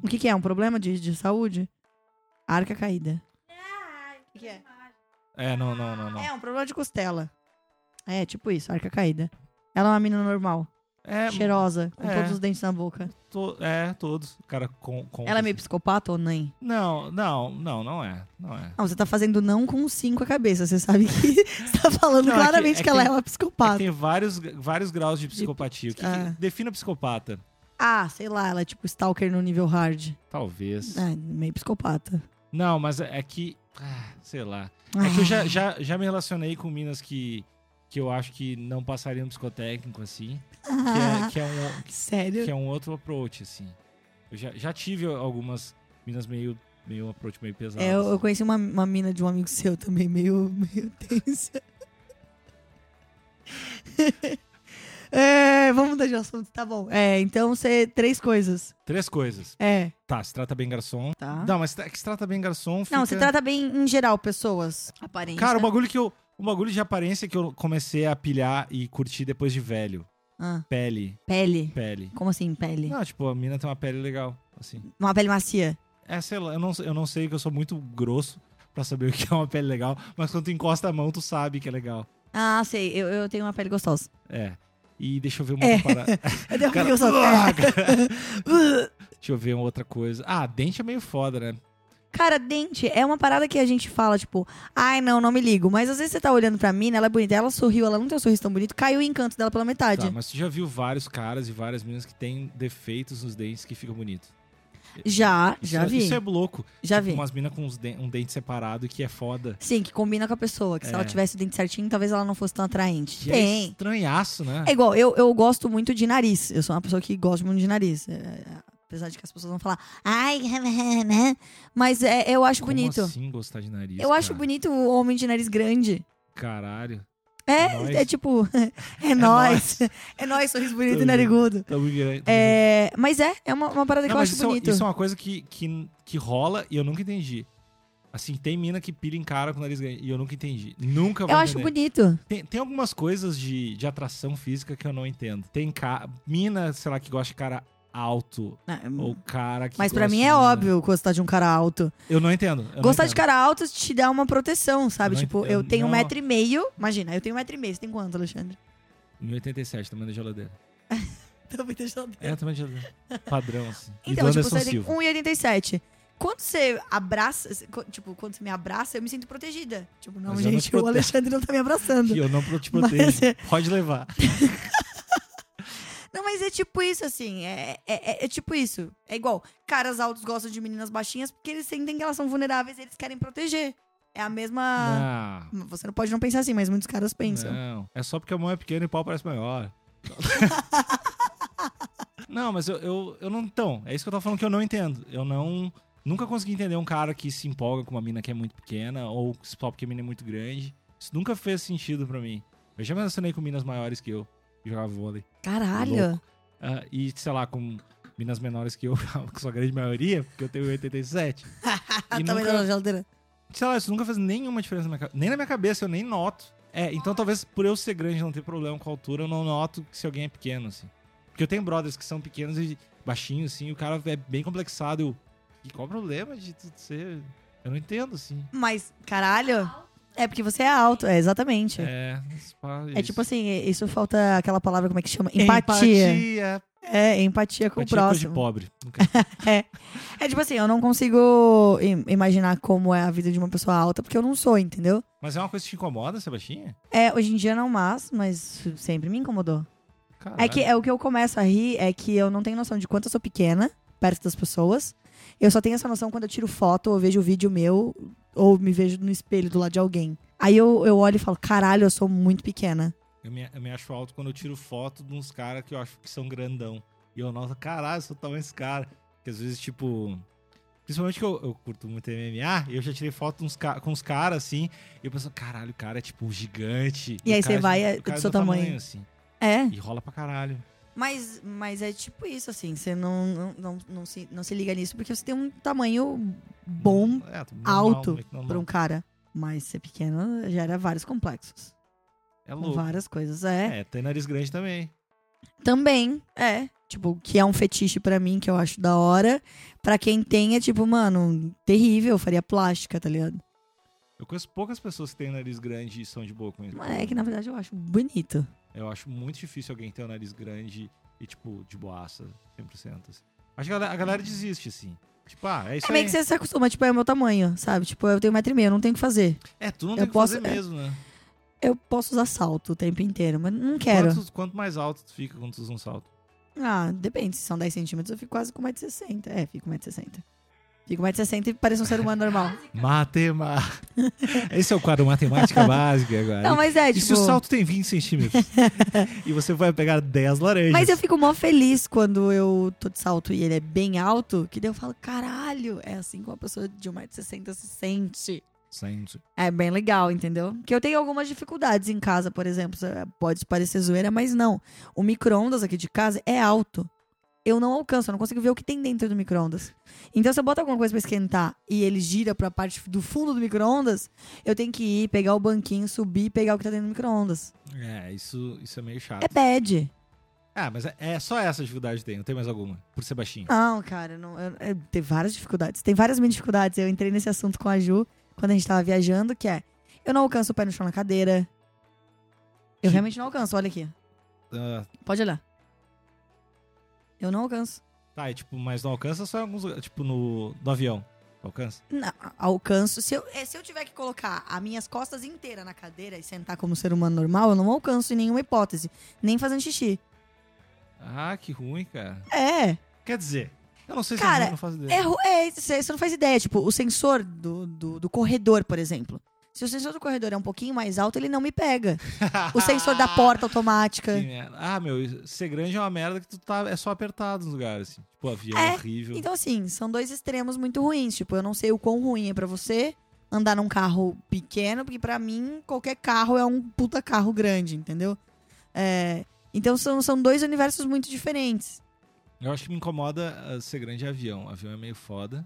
B: O que, que é? Um problema de, de saúde? Arca caída.
C: Ah,
B: Que que é?
A: É, não, não, não, não.
B: É, um problema de costela. É, tipo isso, arca caída. Ela é uma menina normal,
A: É,
B: cheirosa, com
A: é.
B: todos os dentes na boca.
A: to- é todos. Cara, com, com.
B: Ela é meio psicopata ou nem?
A: Não, não, não, não é. Não é.
B: Não, você tá fazendo não com cinco a cabeça. Você sabe que você tá falando
A: Não, é que-
B: claramente
A: é
B: que,
A: que
B: ela
A: tem-
B: é uma
A: É que
B: psicopata.
A: tem vários, vários graus de psicopatia. O que, que-
B: Ah.
A: defina psicopata?
B: Ah, sei lá, ela é tipo stalker no nível hard.
A: Talvez.
B: Ah, meio psicopata.
A: Não, mas é é que. ah, sei lá. É que eu
B: Ah.
A: já, já, já me relacionei com minas que, que eu acho que não passariam psicotécnico, assim. Que é, que é um,
B: Sério?
A: que é um outro approach, assim. Eu já, já tive algumas minas meio, meio um approach meio pesado.
B: É, eu, eu
A: assim.
B: conheci uma, uma mina de um amigo seu também, meio, meio tensa. é, vamos mudar de assunto, tá bom. É, então você. Três coisas.
A: Três coisas.
B: É.
A: Tá, se trata bem garçom.
B: Tá.
A: Não, mas tra- que se trata bem garçom. Fica...
B: Não, você trata né? bem em geral pessoas. Aparência.
A: Cara, o bagulho que eu. O bagulho de aparência que eu comecei a pilhar e curtir depois de velho.
B: Ah,
A: Pele,
B: pele.
A: pele.
B: Como assim, pele?
A: Não, tipo, a mina tem uma pele legal, assim.
B: Uma pele macia.
A: É, sei lá, eu não, eu não sei que eu sou muito grosso pra saber o que é uma pele legal, mas quando tu encosta a mão, tu sabe que é legal.
B: Ah, sei. Eu, eu tenho uma pele gostosa.
A: É. E deixa eu ver uma
B: É.
A: comparada.
B: Eu tenho uma
A: Cara,
B: pele gostosa. É.
A: Deixa eu ver uma outra coisa. Ah, dente é meio foda, né?
B: Cara, dente é uma parada que a gente fala, tipo, ai não, não me ligo. Mas às vezes você tá olhando pra mim, ela é bonita, ela sorriu, ela não tem um sorriso tão bonito, caiu o encanto dela pela metade.
A: Tá, mas tu já viu vários caras e várias meninas que têm defeitos nos dentes que ficam bonito.
B: Já,
A: Isso
B: já
A: é-
B: vi.
A: Isso é louco.
B: Já vi.
A: Umas minas com uns den- um dente separado que é foda.
B: Sim, que combina com a pessoa, que se
A: É.
B: ela tivesse o dente certinho, talvez ela não fosse tão atraente.
A: Que é
B: tem.
A: estranhaço, né?
B: É igual, eu, eu gosto muito de nariz. Eu sou uma pessoa que gosta muito de nariz. É, é, Apesar de que as pessoas vão falar, ai, né? Mas é, eu acho
A: Como
B: bonito.
A: assim gostar de nariz,
B: eu acho
A: cara?
B: bonito o homem de nariz grande.
A: Caralho. É nóis.
B: É, é tipo, é nóis. É nóis, sorriso bonito e narigudo.
A: Tamo grande.
B: É, mas é, é uma, uma parada que
A: Não,
B: eu
A: mas
B: acho
A: isso, é-
B: bonito.
A: isso é uma coisa que, que, que rola e eu nunca entendi. Assim, tem mina que pira em cara com o nariz grande e eu nunca entendi. Nunca vou
B: eu acho
A: entender.
B: bonito.
A: Tem, tem algumas coisas de, de atração física que eu não entendo. Tem ca... mina, sei lá, que gosta de cara alto. Ou cara que.
B: Mas pra
A: gosta
B: mim
A: de
B: é
A: mina-
B: óbvio gostar de um cara alto.
A: Eu não entendo. eu não
B: gostar de
A: entendo.
B: cara alto te dá uma proteção, sabe?
A: Eu não
B: tipo,
A: entendo.
B: eu tenho um
A: Não.
B: metro e meio. Imagina, eu tenho um metro e meio. Você tem quanto, Alexandre?
A: 1,87, tamanho da geladeira.
B: Também deixando.
A: É, tamanho da geladeira. Padrão, assim. e do
B: Então, tipo,
A: Anderson
B: você tem
A: Silva.
B: 1,87. Quando você abraça, você- co- tipo, quando você me abraça, eu me sinto protegida. Tipo, não,
A: Mas eu não te
B: gente, o
A: protejo.
B: Alexandre não tá me abraçando.
A: E eu não pro- te
B: Mas- é-
A: protejo. Pode levar.
B: Não, mas é tipo isso, assim. É, é, é- é tipo isso. É igual. Caras altos gostam de meninas baixinhas porque eles sentem que elas são vulneráveis e eles querem proteger. É a mesma.
A: Não.
B: Você não pode não pensar assim, mas muitos caras pensam.
A: Não. É só porque a mão é pequena e o pau parece maior. não, mas eu, eu, eu não. Então, é isso que eu tava falando que eu não entendo. Eu não. Nunca consegui entender um cara que se empolga com uma mina que é muito pequena ou só porque a mina é muito grande. Isso nunca fez sentido pra mim. Eu já me relacionei com minas maiores que eu que jogava vôlei.
B: Caralho.
A: Ah, e, sei lá, com minas menores que eu, com sua grande maioria, porque eu tenho 87. E
B: Também
A: nunca-
B: na geladeira.
A: Sei lá, isso nunca fez nenhuma diferença na minha cabeça. Nem na minha cabeça, eu nem noto. É, então talvez por eu ser grande e não ter problema com a altura, eu não noto se alguém é pequeno, assim. Porque eu tenho brothers que são pequenos e baixinhos, assim, e o cara é bem complexado. Eu, e qual o problema de tu ser Eu não entendo, assim.
B: Mas, caralho, é porque você é alto. É, exatamente. É,
A: É, mas pá, isso.
B: tipo assim, isso falta aquela palavra, como é que chama? Empatia.
A: Empatia.
B: É, empatia com
A: Empatia é
B: o
A: coisa de
B: próximo.
A: pobre. Nunca-
B: É tipo assim, eu não consigo im- imaginar como é a vida de uma pessoa alta, porque eu não sou, entendeu?
A: Mas é uma coisa que te incomoda, essa baixinha?
B: É, hoje em dia não mais, mas sempre me incomodou.
A: Caralho.
B: É que é o que eu começo a rir é que eu não tenho noção de quanto eu sou pequena perto das pessoas. Eu só tenho essa noção quando eu tiro foto ou vejo o vídeo meu ou me vejo no espelho do lado de alguém. Aí eu, eu olho e falo, caralho, eu sou muito pequena.
A: Eu me, eu me acho alto quando eu tiro foto de uns caras que eu acho que são grandão. E eu noto, caralho, eu sou tamanho esse cara. Que às vezes, tipo. Principalmente que eu, eu curto muito MMA, e eu já tirei foto uns ca- com uns caras assim, e eu penso, caralho, o cara é tipo gigante.
B: E
A: o
B: aí
A: cara
B: você vai,
A: é
B: é
A: o cara
B: do
A: é
B: seu
A: meu
B: tamanho.
A: assim.
B: É,
A: E rola pra caralho.
B: mas, mas é tipo isso, assim. Você não, não, não, não se, não se liga nisso porque você tem um tamanho bom
A: Não- é, tô
B: alto
A: meio que normal.
B: pra um cara. Mas ser pequeno gera vários complexos.
A: É
B: Com
A: louco.
B: várias coisas, é.
A: É, tem nariz grande também.
B: Também, é. Tipo, que é um fetiche pra mim, que eu acho da hora. Pra quem tem, é tipo, mano, terrível, eu faria plástica, tá ligado?
A: Eu conheço poucas pessoas que têm nariz grande e são de boa com isso.
B: Mas é que, na verdade, eu acho bonito.
A: Eu acho muito difícil alguém ter o nariz grande e, tipo, de boaça, 100%. Assim. Acho que a galera, a galera desiste, assim. Tipo, ah, é isso
B: É
A: aí.
B: meio que você se acostuma, tipo, é o meu tamanho, sabe? Tipo, eu tenho um metro e meio, eu não tenho o que fazer.
A: É, tu não
B: Eu
A: tem o que
B: posso-
A: fazer mesmo, né?
B: Eu posso usar salto o tempo inteiro, mas não quero.
A: Quanto, quanto mais alto tu fica quando tu usa um salto?
B: Ah, depende. Se são 10 centímetros, eu fico quase com mais de 60. É, fico mais de 60. Fico mais de 60 e pareço um ser humano normal.
A: Matemática. Esse é o quadro matemática básica agora.
B: Não, mas é,
A: E
B: tipo...
A: se o salto tem 20 centímetros? e você vai pegar 10 laranjas.
B: Mas eu fico mó feliz quando eu tô de salto e ele é bem alto, que daí eu falo, caralho, é assim que uma pessoa de 1,60m se sente.
A: Sente.
B: É bem legal, entendeu? Que eu tenho algumas dificuldades em casa, por exemplo. Isso Pode parecer zoeira, mas não. O micro-ondas aqui de casa é alto. Eu não alcanço, eu não consigo ver o que tem dentro do micro-ondas. Então, se eu boto alguma coisa pra esquentar e ele gira pra parte do fundo do micro-ondas, eu tenho que ir, pegar o banquinho, subir e pegar o que tá dentro do micro-ondas.
A: É, isso, isso é meio chato.
B: É bad.
A: Ah, mas é, é só essa dificuldade que tem, não tem mais alguma. Por ser baixinho.
B: Não, cara, não, eu- eu- tem várias dificuldades. Tem várias minhas dificuldades. Eu entrei nesse assunto com a Ju quando a gente tava viajando, que é eu não alcanço o pé no chão na cadeira.
A: Que-
B: Eu realmente não alcanço, olha aqui.
A: Ah,
B: Pode olhar. Eu não alcanço.
A: tá, e tipo, mas não alcança só em alguns lugares. Tipo, no, no avião. Alcança?
B: Não, alcanço. Se eu, é, se eu tiver que colocar as minhas costas inteiras na cadeira e sentar como ser humano normal, eu não alcanço em nenhuma hipótese. Nem fazendo xixi.
A: Ah, que ruim, cara.
B: É.
A: Quer dizer, eu não sei se
B: Cara,
A: eu não faço ideia.
B: É, ru- é cê- você não faz ideia. Tipo, o sensor do, do, do corredor, por exemplo. Se o sensor do corredor é um pouquinho mais alto, ele não me pega. O sensor da porta automática.
A: Que merda. Ah, meu, ser grande é uma merda que tu tá. É só apertado nos lugares, assim. Tipo, avião
B: É,
A: horrível.
B: Então, assim, são dois extremos muito ruins. Tipo, eu não sei o quão ruim é pra você andar num carro pequeno, porque pra mim qualquer carro é um puta carro grande, entendeu? É, então, são, são dois universos muito diferentes.
A: Eu acho que me incomoda ah, ser grande é avião. Avião é meio foda.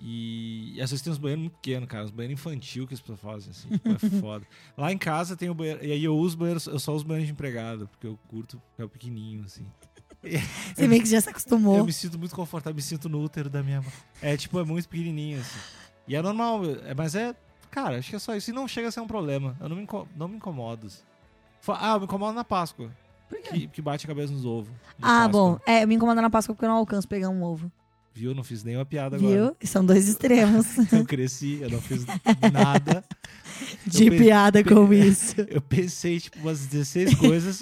A: E, e às vezes tem uns banheiros muito pequenos, cara. Uns banheiros infantil que as pessoas fazem, assim. Tipo, é foda. Lá em casa tem o banheiro. E aí eu uso banheiro, eu só uso banheiro de empregado, porque eu curto ficar pequenininho, assim.
B: Você meio que já se
A: Eu
B: acostumou.
A: me sinto muito confortável, me sinto no útero da minha mãe. É tipo, é muito pequenininho, assim. E é normal, é- mas é. Cara, acho que é só isso. E não chega a ser um problema. Eu não me, inco- não me incomodo. assim. Fa- Ah, eu me incomodo na Páscoa. Por quê? Que, que bate a cabeça nos ovos. de Páscoa.
B: Ah, bom. É, eu me incomoda na Páscoa porque eu não alcanço pegar um ovo.
A: Viu? Eu Não fiz nenhuma piada agora.
B: Viu? São dois extremos
A: Eu cresci, eu não fiz nada.
B: de
A: pe-
B: piada com isso.
A: Eu pensei, tipo, umas 16 coisas.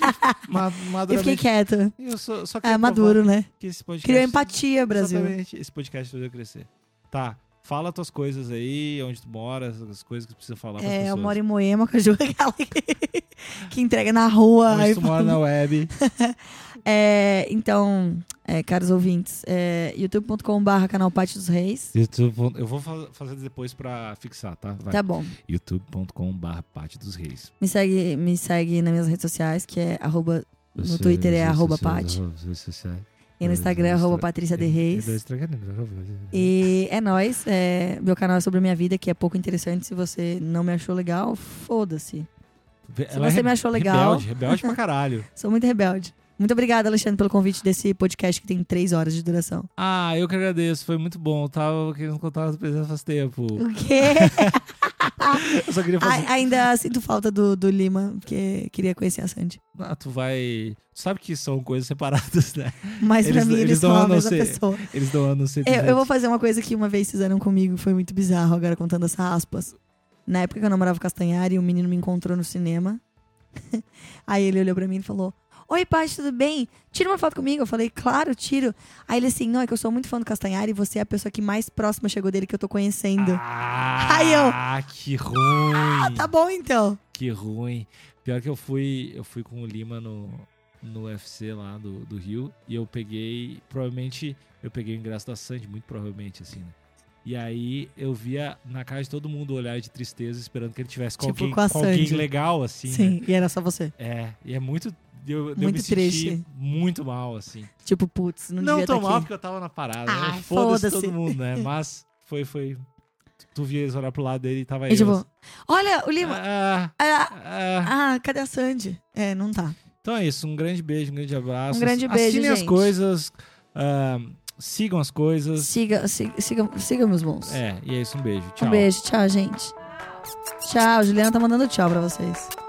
A: ma-
B: Eu fiquei
A: maduramente.
B: quieto.
A: E eu só, só
B: É
A: queria
B: maduro, né?
A: provar Que esse podcast
B: Criou empatia, Brasil.
A: Exatamente. Esse podcast fez eu crescer. Tá. Fala tuas coisas aí, onde tu mora, as coisas que tu precisa falar pras
B: É, eu
A: pessoas.
B: moro em Moema com a Ju, aquela que, que entrega na rua.
A: Onde
B: aí
A: tu mora na web.
B: É, então, é, caros ouvintes, é, youtube.com.br canal Pátio dos Reis.
A: YouTube. Eu vou fa- fazer depois pra fixar, tá? Vai.
B: Tá bom.
A: youtube.com.br Pate dos Reis.
B: Me segue, me segue nas minhas redes sociais, que é arroba, no Twitter é arroba Pati. E no Instagram é arroba Patrícia de Reis. E é nóis. é, meu canal é sobre a minha vida, que é pouco interessante. Se você não me achou legal, foda-se.
A: Se
B: você me achou legal-
A: Rebelde, rebelde pra caralho.
B: Sou muito rebelde. Muito obrigada, Alexandre, pelo convite desse podcast que tem três horas de duração.
A: Ah, eu que agradeço, foi muito bom. Eu tava querendo contar umas presenças faz tempo.
B: O quê?
A: Eu só queria fazer.
B: A- ainda sinto falta do, do Lima, porque queria conhecer a Sandy.
A: Ah, tu vai. Tu sabe que são coisas separadas, né?
B: Mas pra
A: Eles-
B: mim
A: eles
B: eles,
A: não
B: são a
A: andam
B: mesma
A: se-
B: pessoa.
A: Eles não andam sempre.
B: É, Eu, eu vou fazer uma coisa que uma vez fizeram comigo, foi muito bizarro, agora contando essa aspas. Na época que eu namorava com Castanhari, um menino me encontrou no cinema. Aí ele olhou pra mim e falou: Oi, Paty, tudo bem? Tira uma foto comigo. Eu falei, claro, tiro. Aí ele assim, não, é que eu sou muito fã do Castanhari e você é a pessoa que mais próxima chegou dele que eu tô conhecendo.
A: Ah,
B: Aí eu-
A: que ruim.
B: Tá bom, então.
A: Que ruim. Pior que eu fui, eu fui com o Lima no, no UFC lá do, do Rio e eu peguei, provavelmente, eu peguei o ingresso da Sandy, muito provavelmente, assim, né? E aí eu via na cara de todo mundo o olhar de tristeza esperando que ele tivesse com
B: Tipo,
A: alguém,
B: com a
A: com alguém
B: Sandy.
A: legal, assim,
B: Sim,
A: né?
B: e era só você.
A: É, e é muito... Eu, eu
B: Muito
A: me senti
B: triste.
A: muito mal, assim.
B: Tipo, putz, não,
A: Não,
B: devia
A: tão
B: tá
A: mal
B: aqui.
A: porque eu tava na parada.
B: Ah,
A: né? Foda-se
B: foda-se.
A: todo mundo, né? Mas foi, foi... Tu via eles olhar pro lado dele e tava
B: E
A: eu,
B: tipo,
A: assim,
B: olha, o Lima.
A: ah,
B: Ah,
A: ah,
B: ah, cadê a Sandy? É, não tá.
A: Então é isso, um grande beijo, um grande abraço.
B: Um grande
A: Assinem
B: beijo,
A: as
B: gente.
A: coisas, ah, sigam as coisas.
B: Siga, siga, siga, siga meus bons.
A: É, e é isso, um beijo. É, Tchau.
B: Um beijo, tchau, gente. Tchau, Juliana tá mandando tchau pra vocês.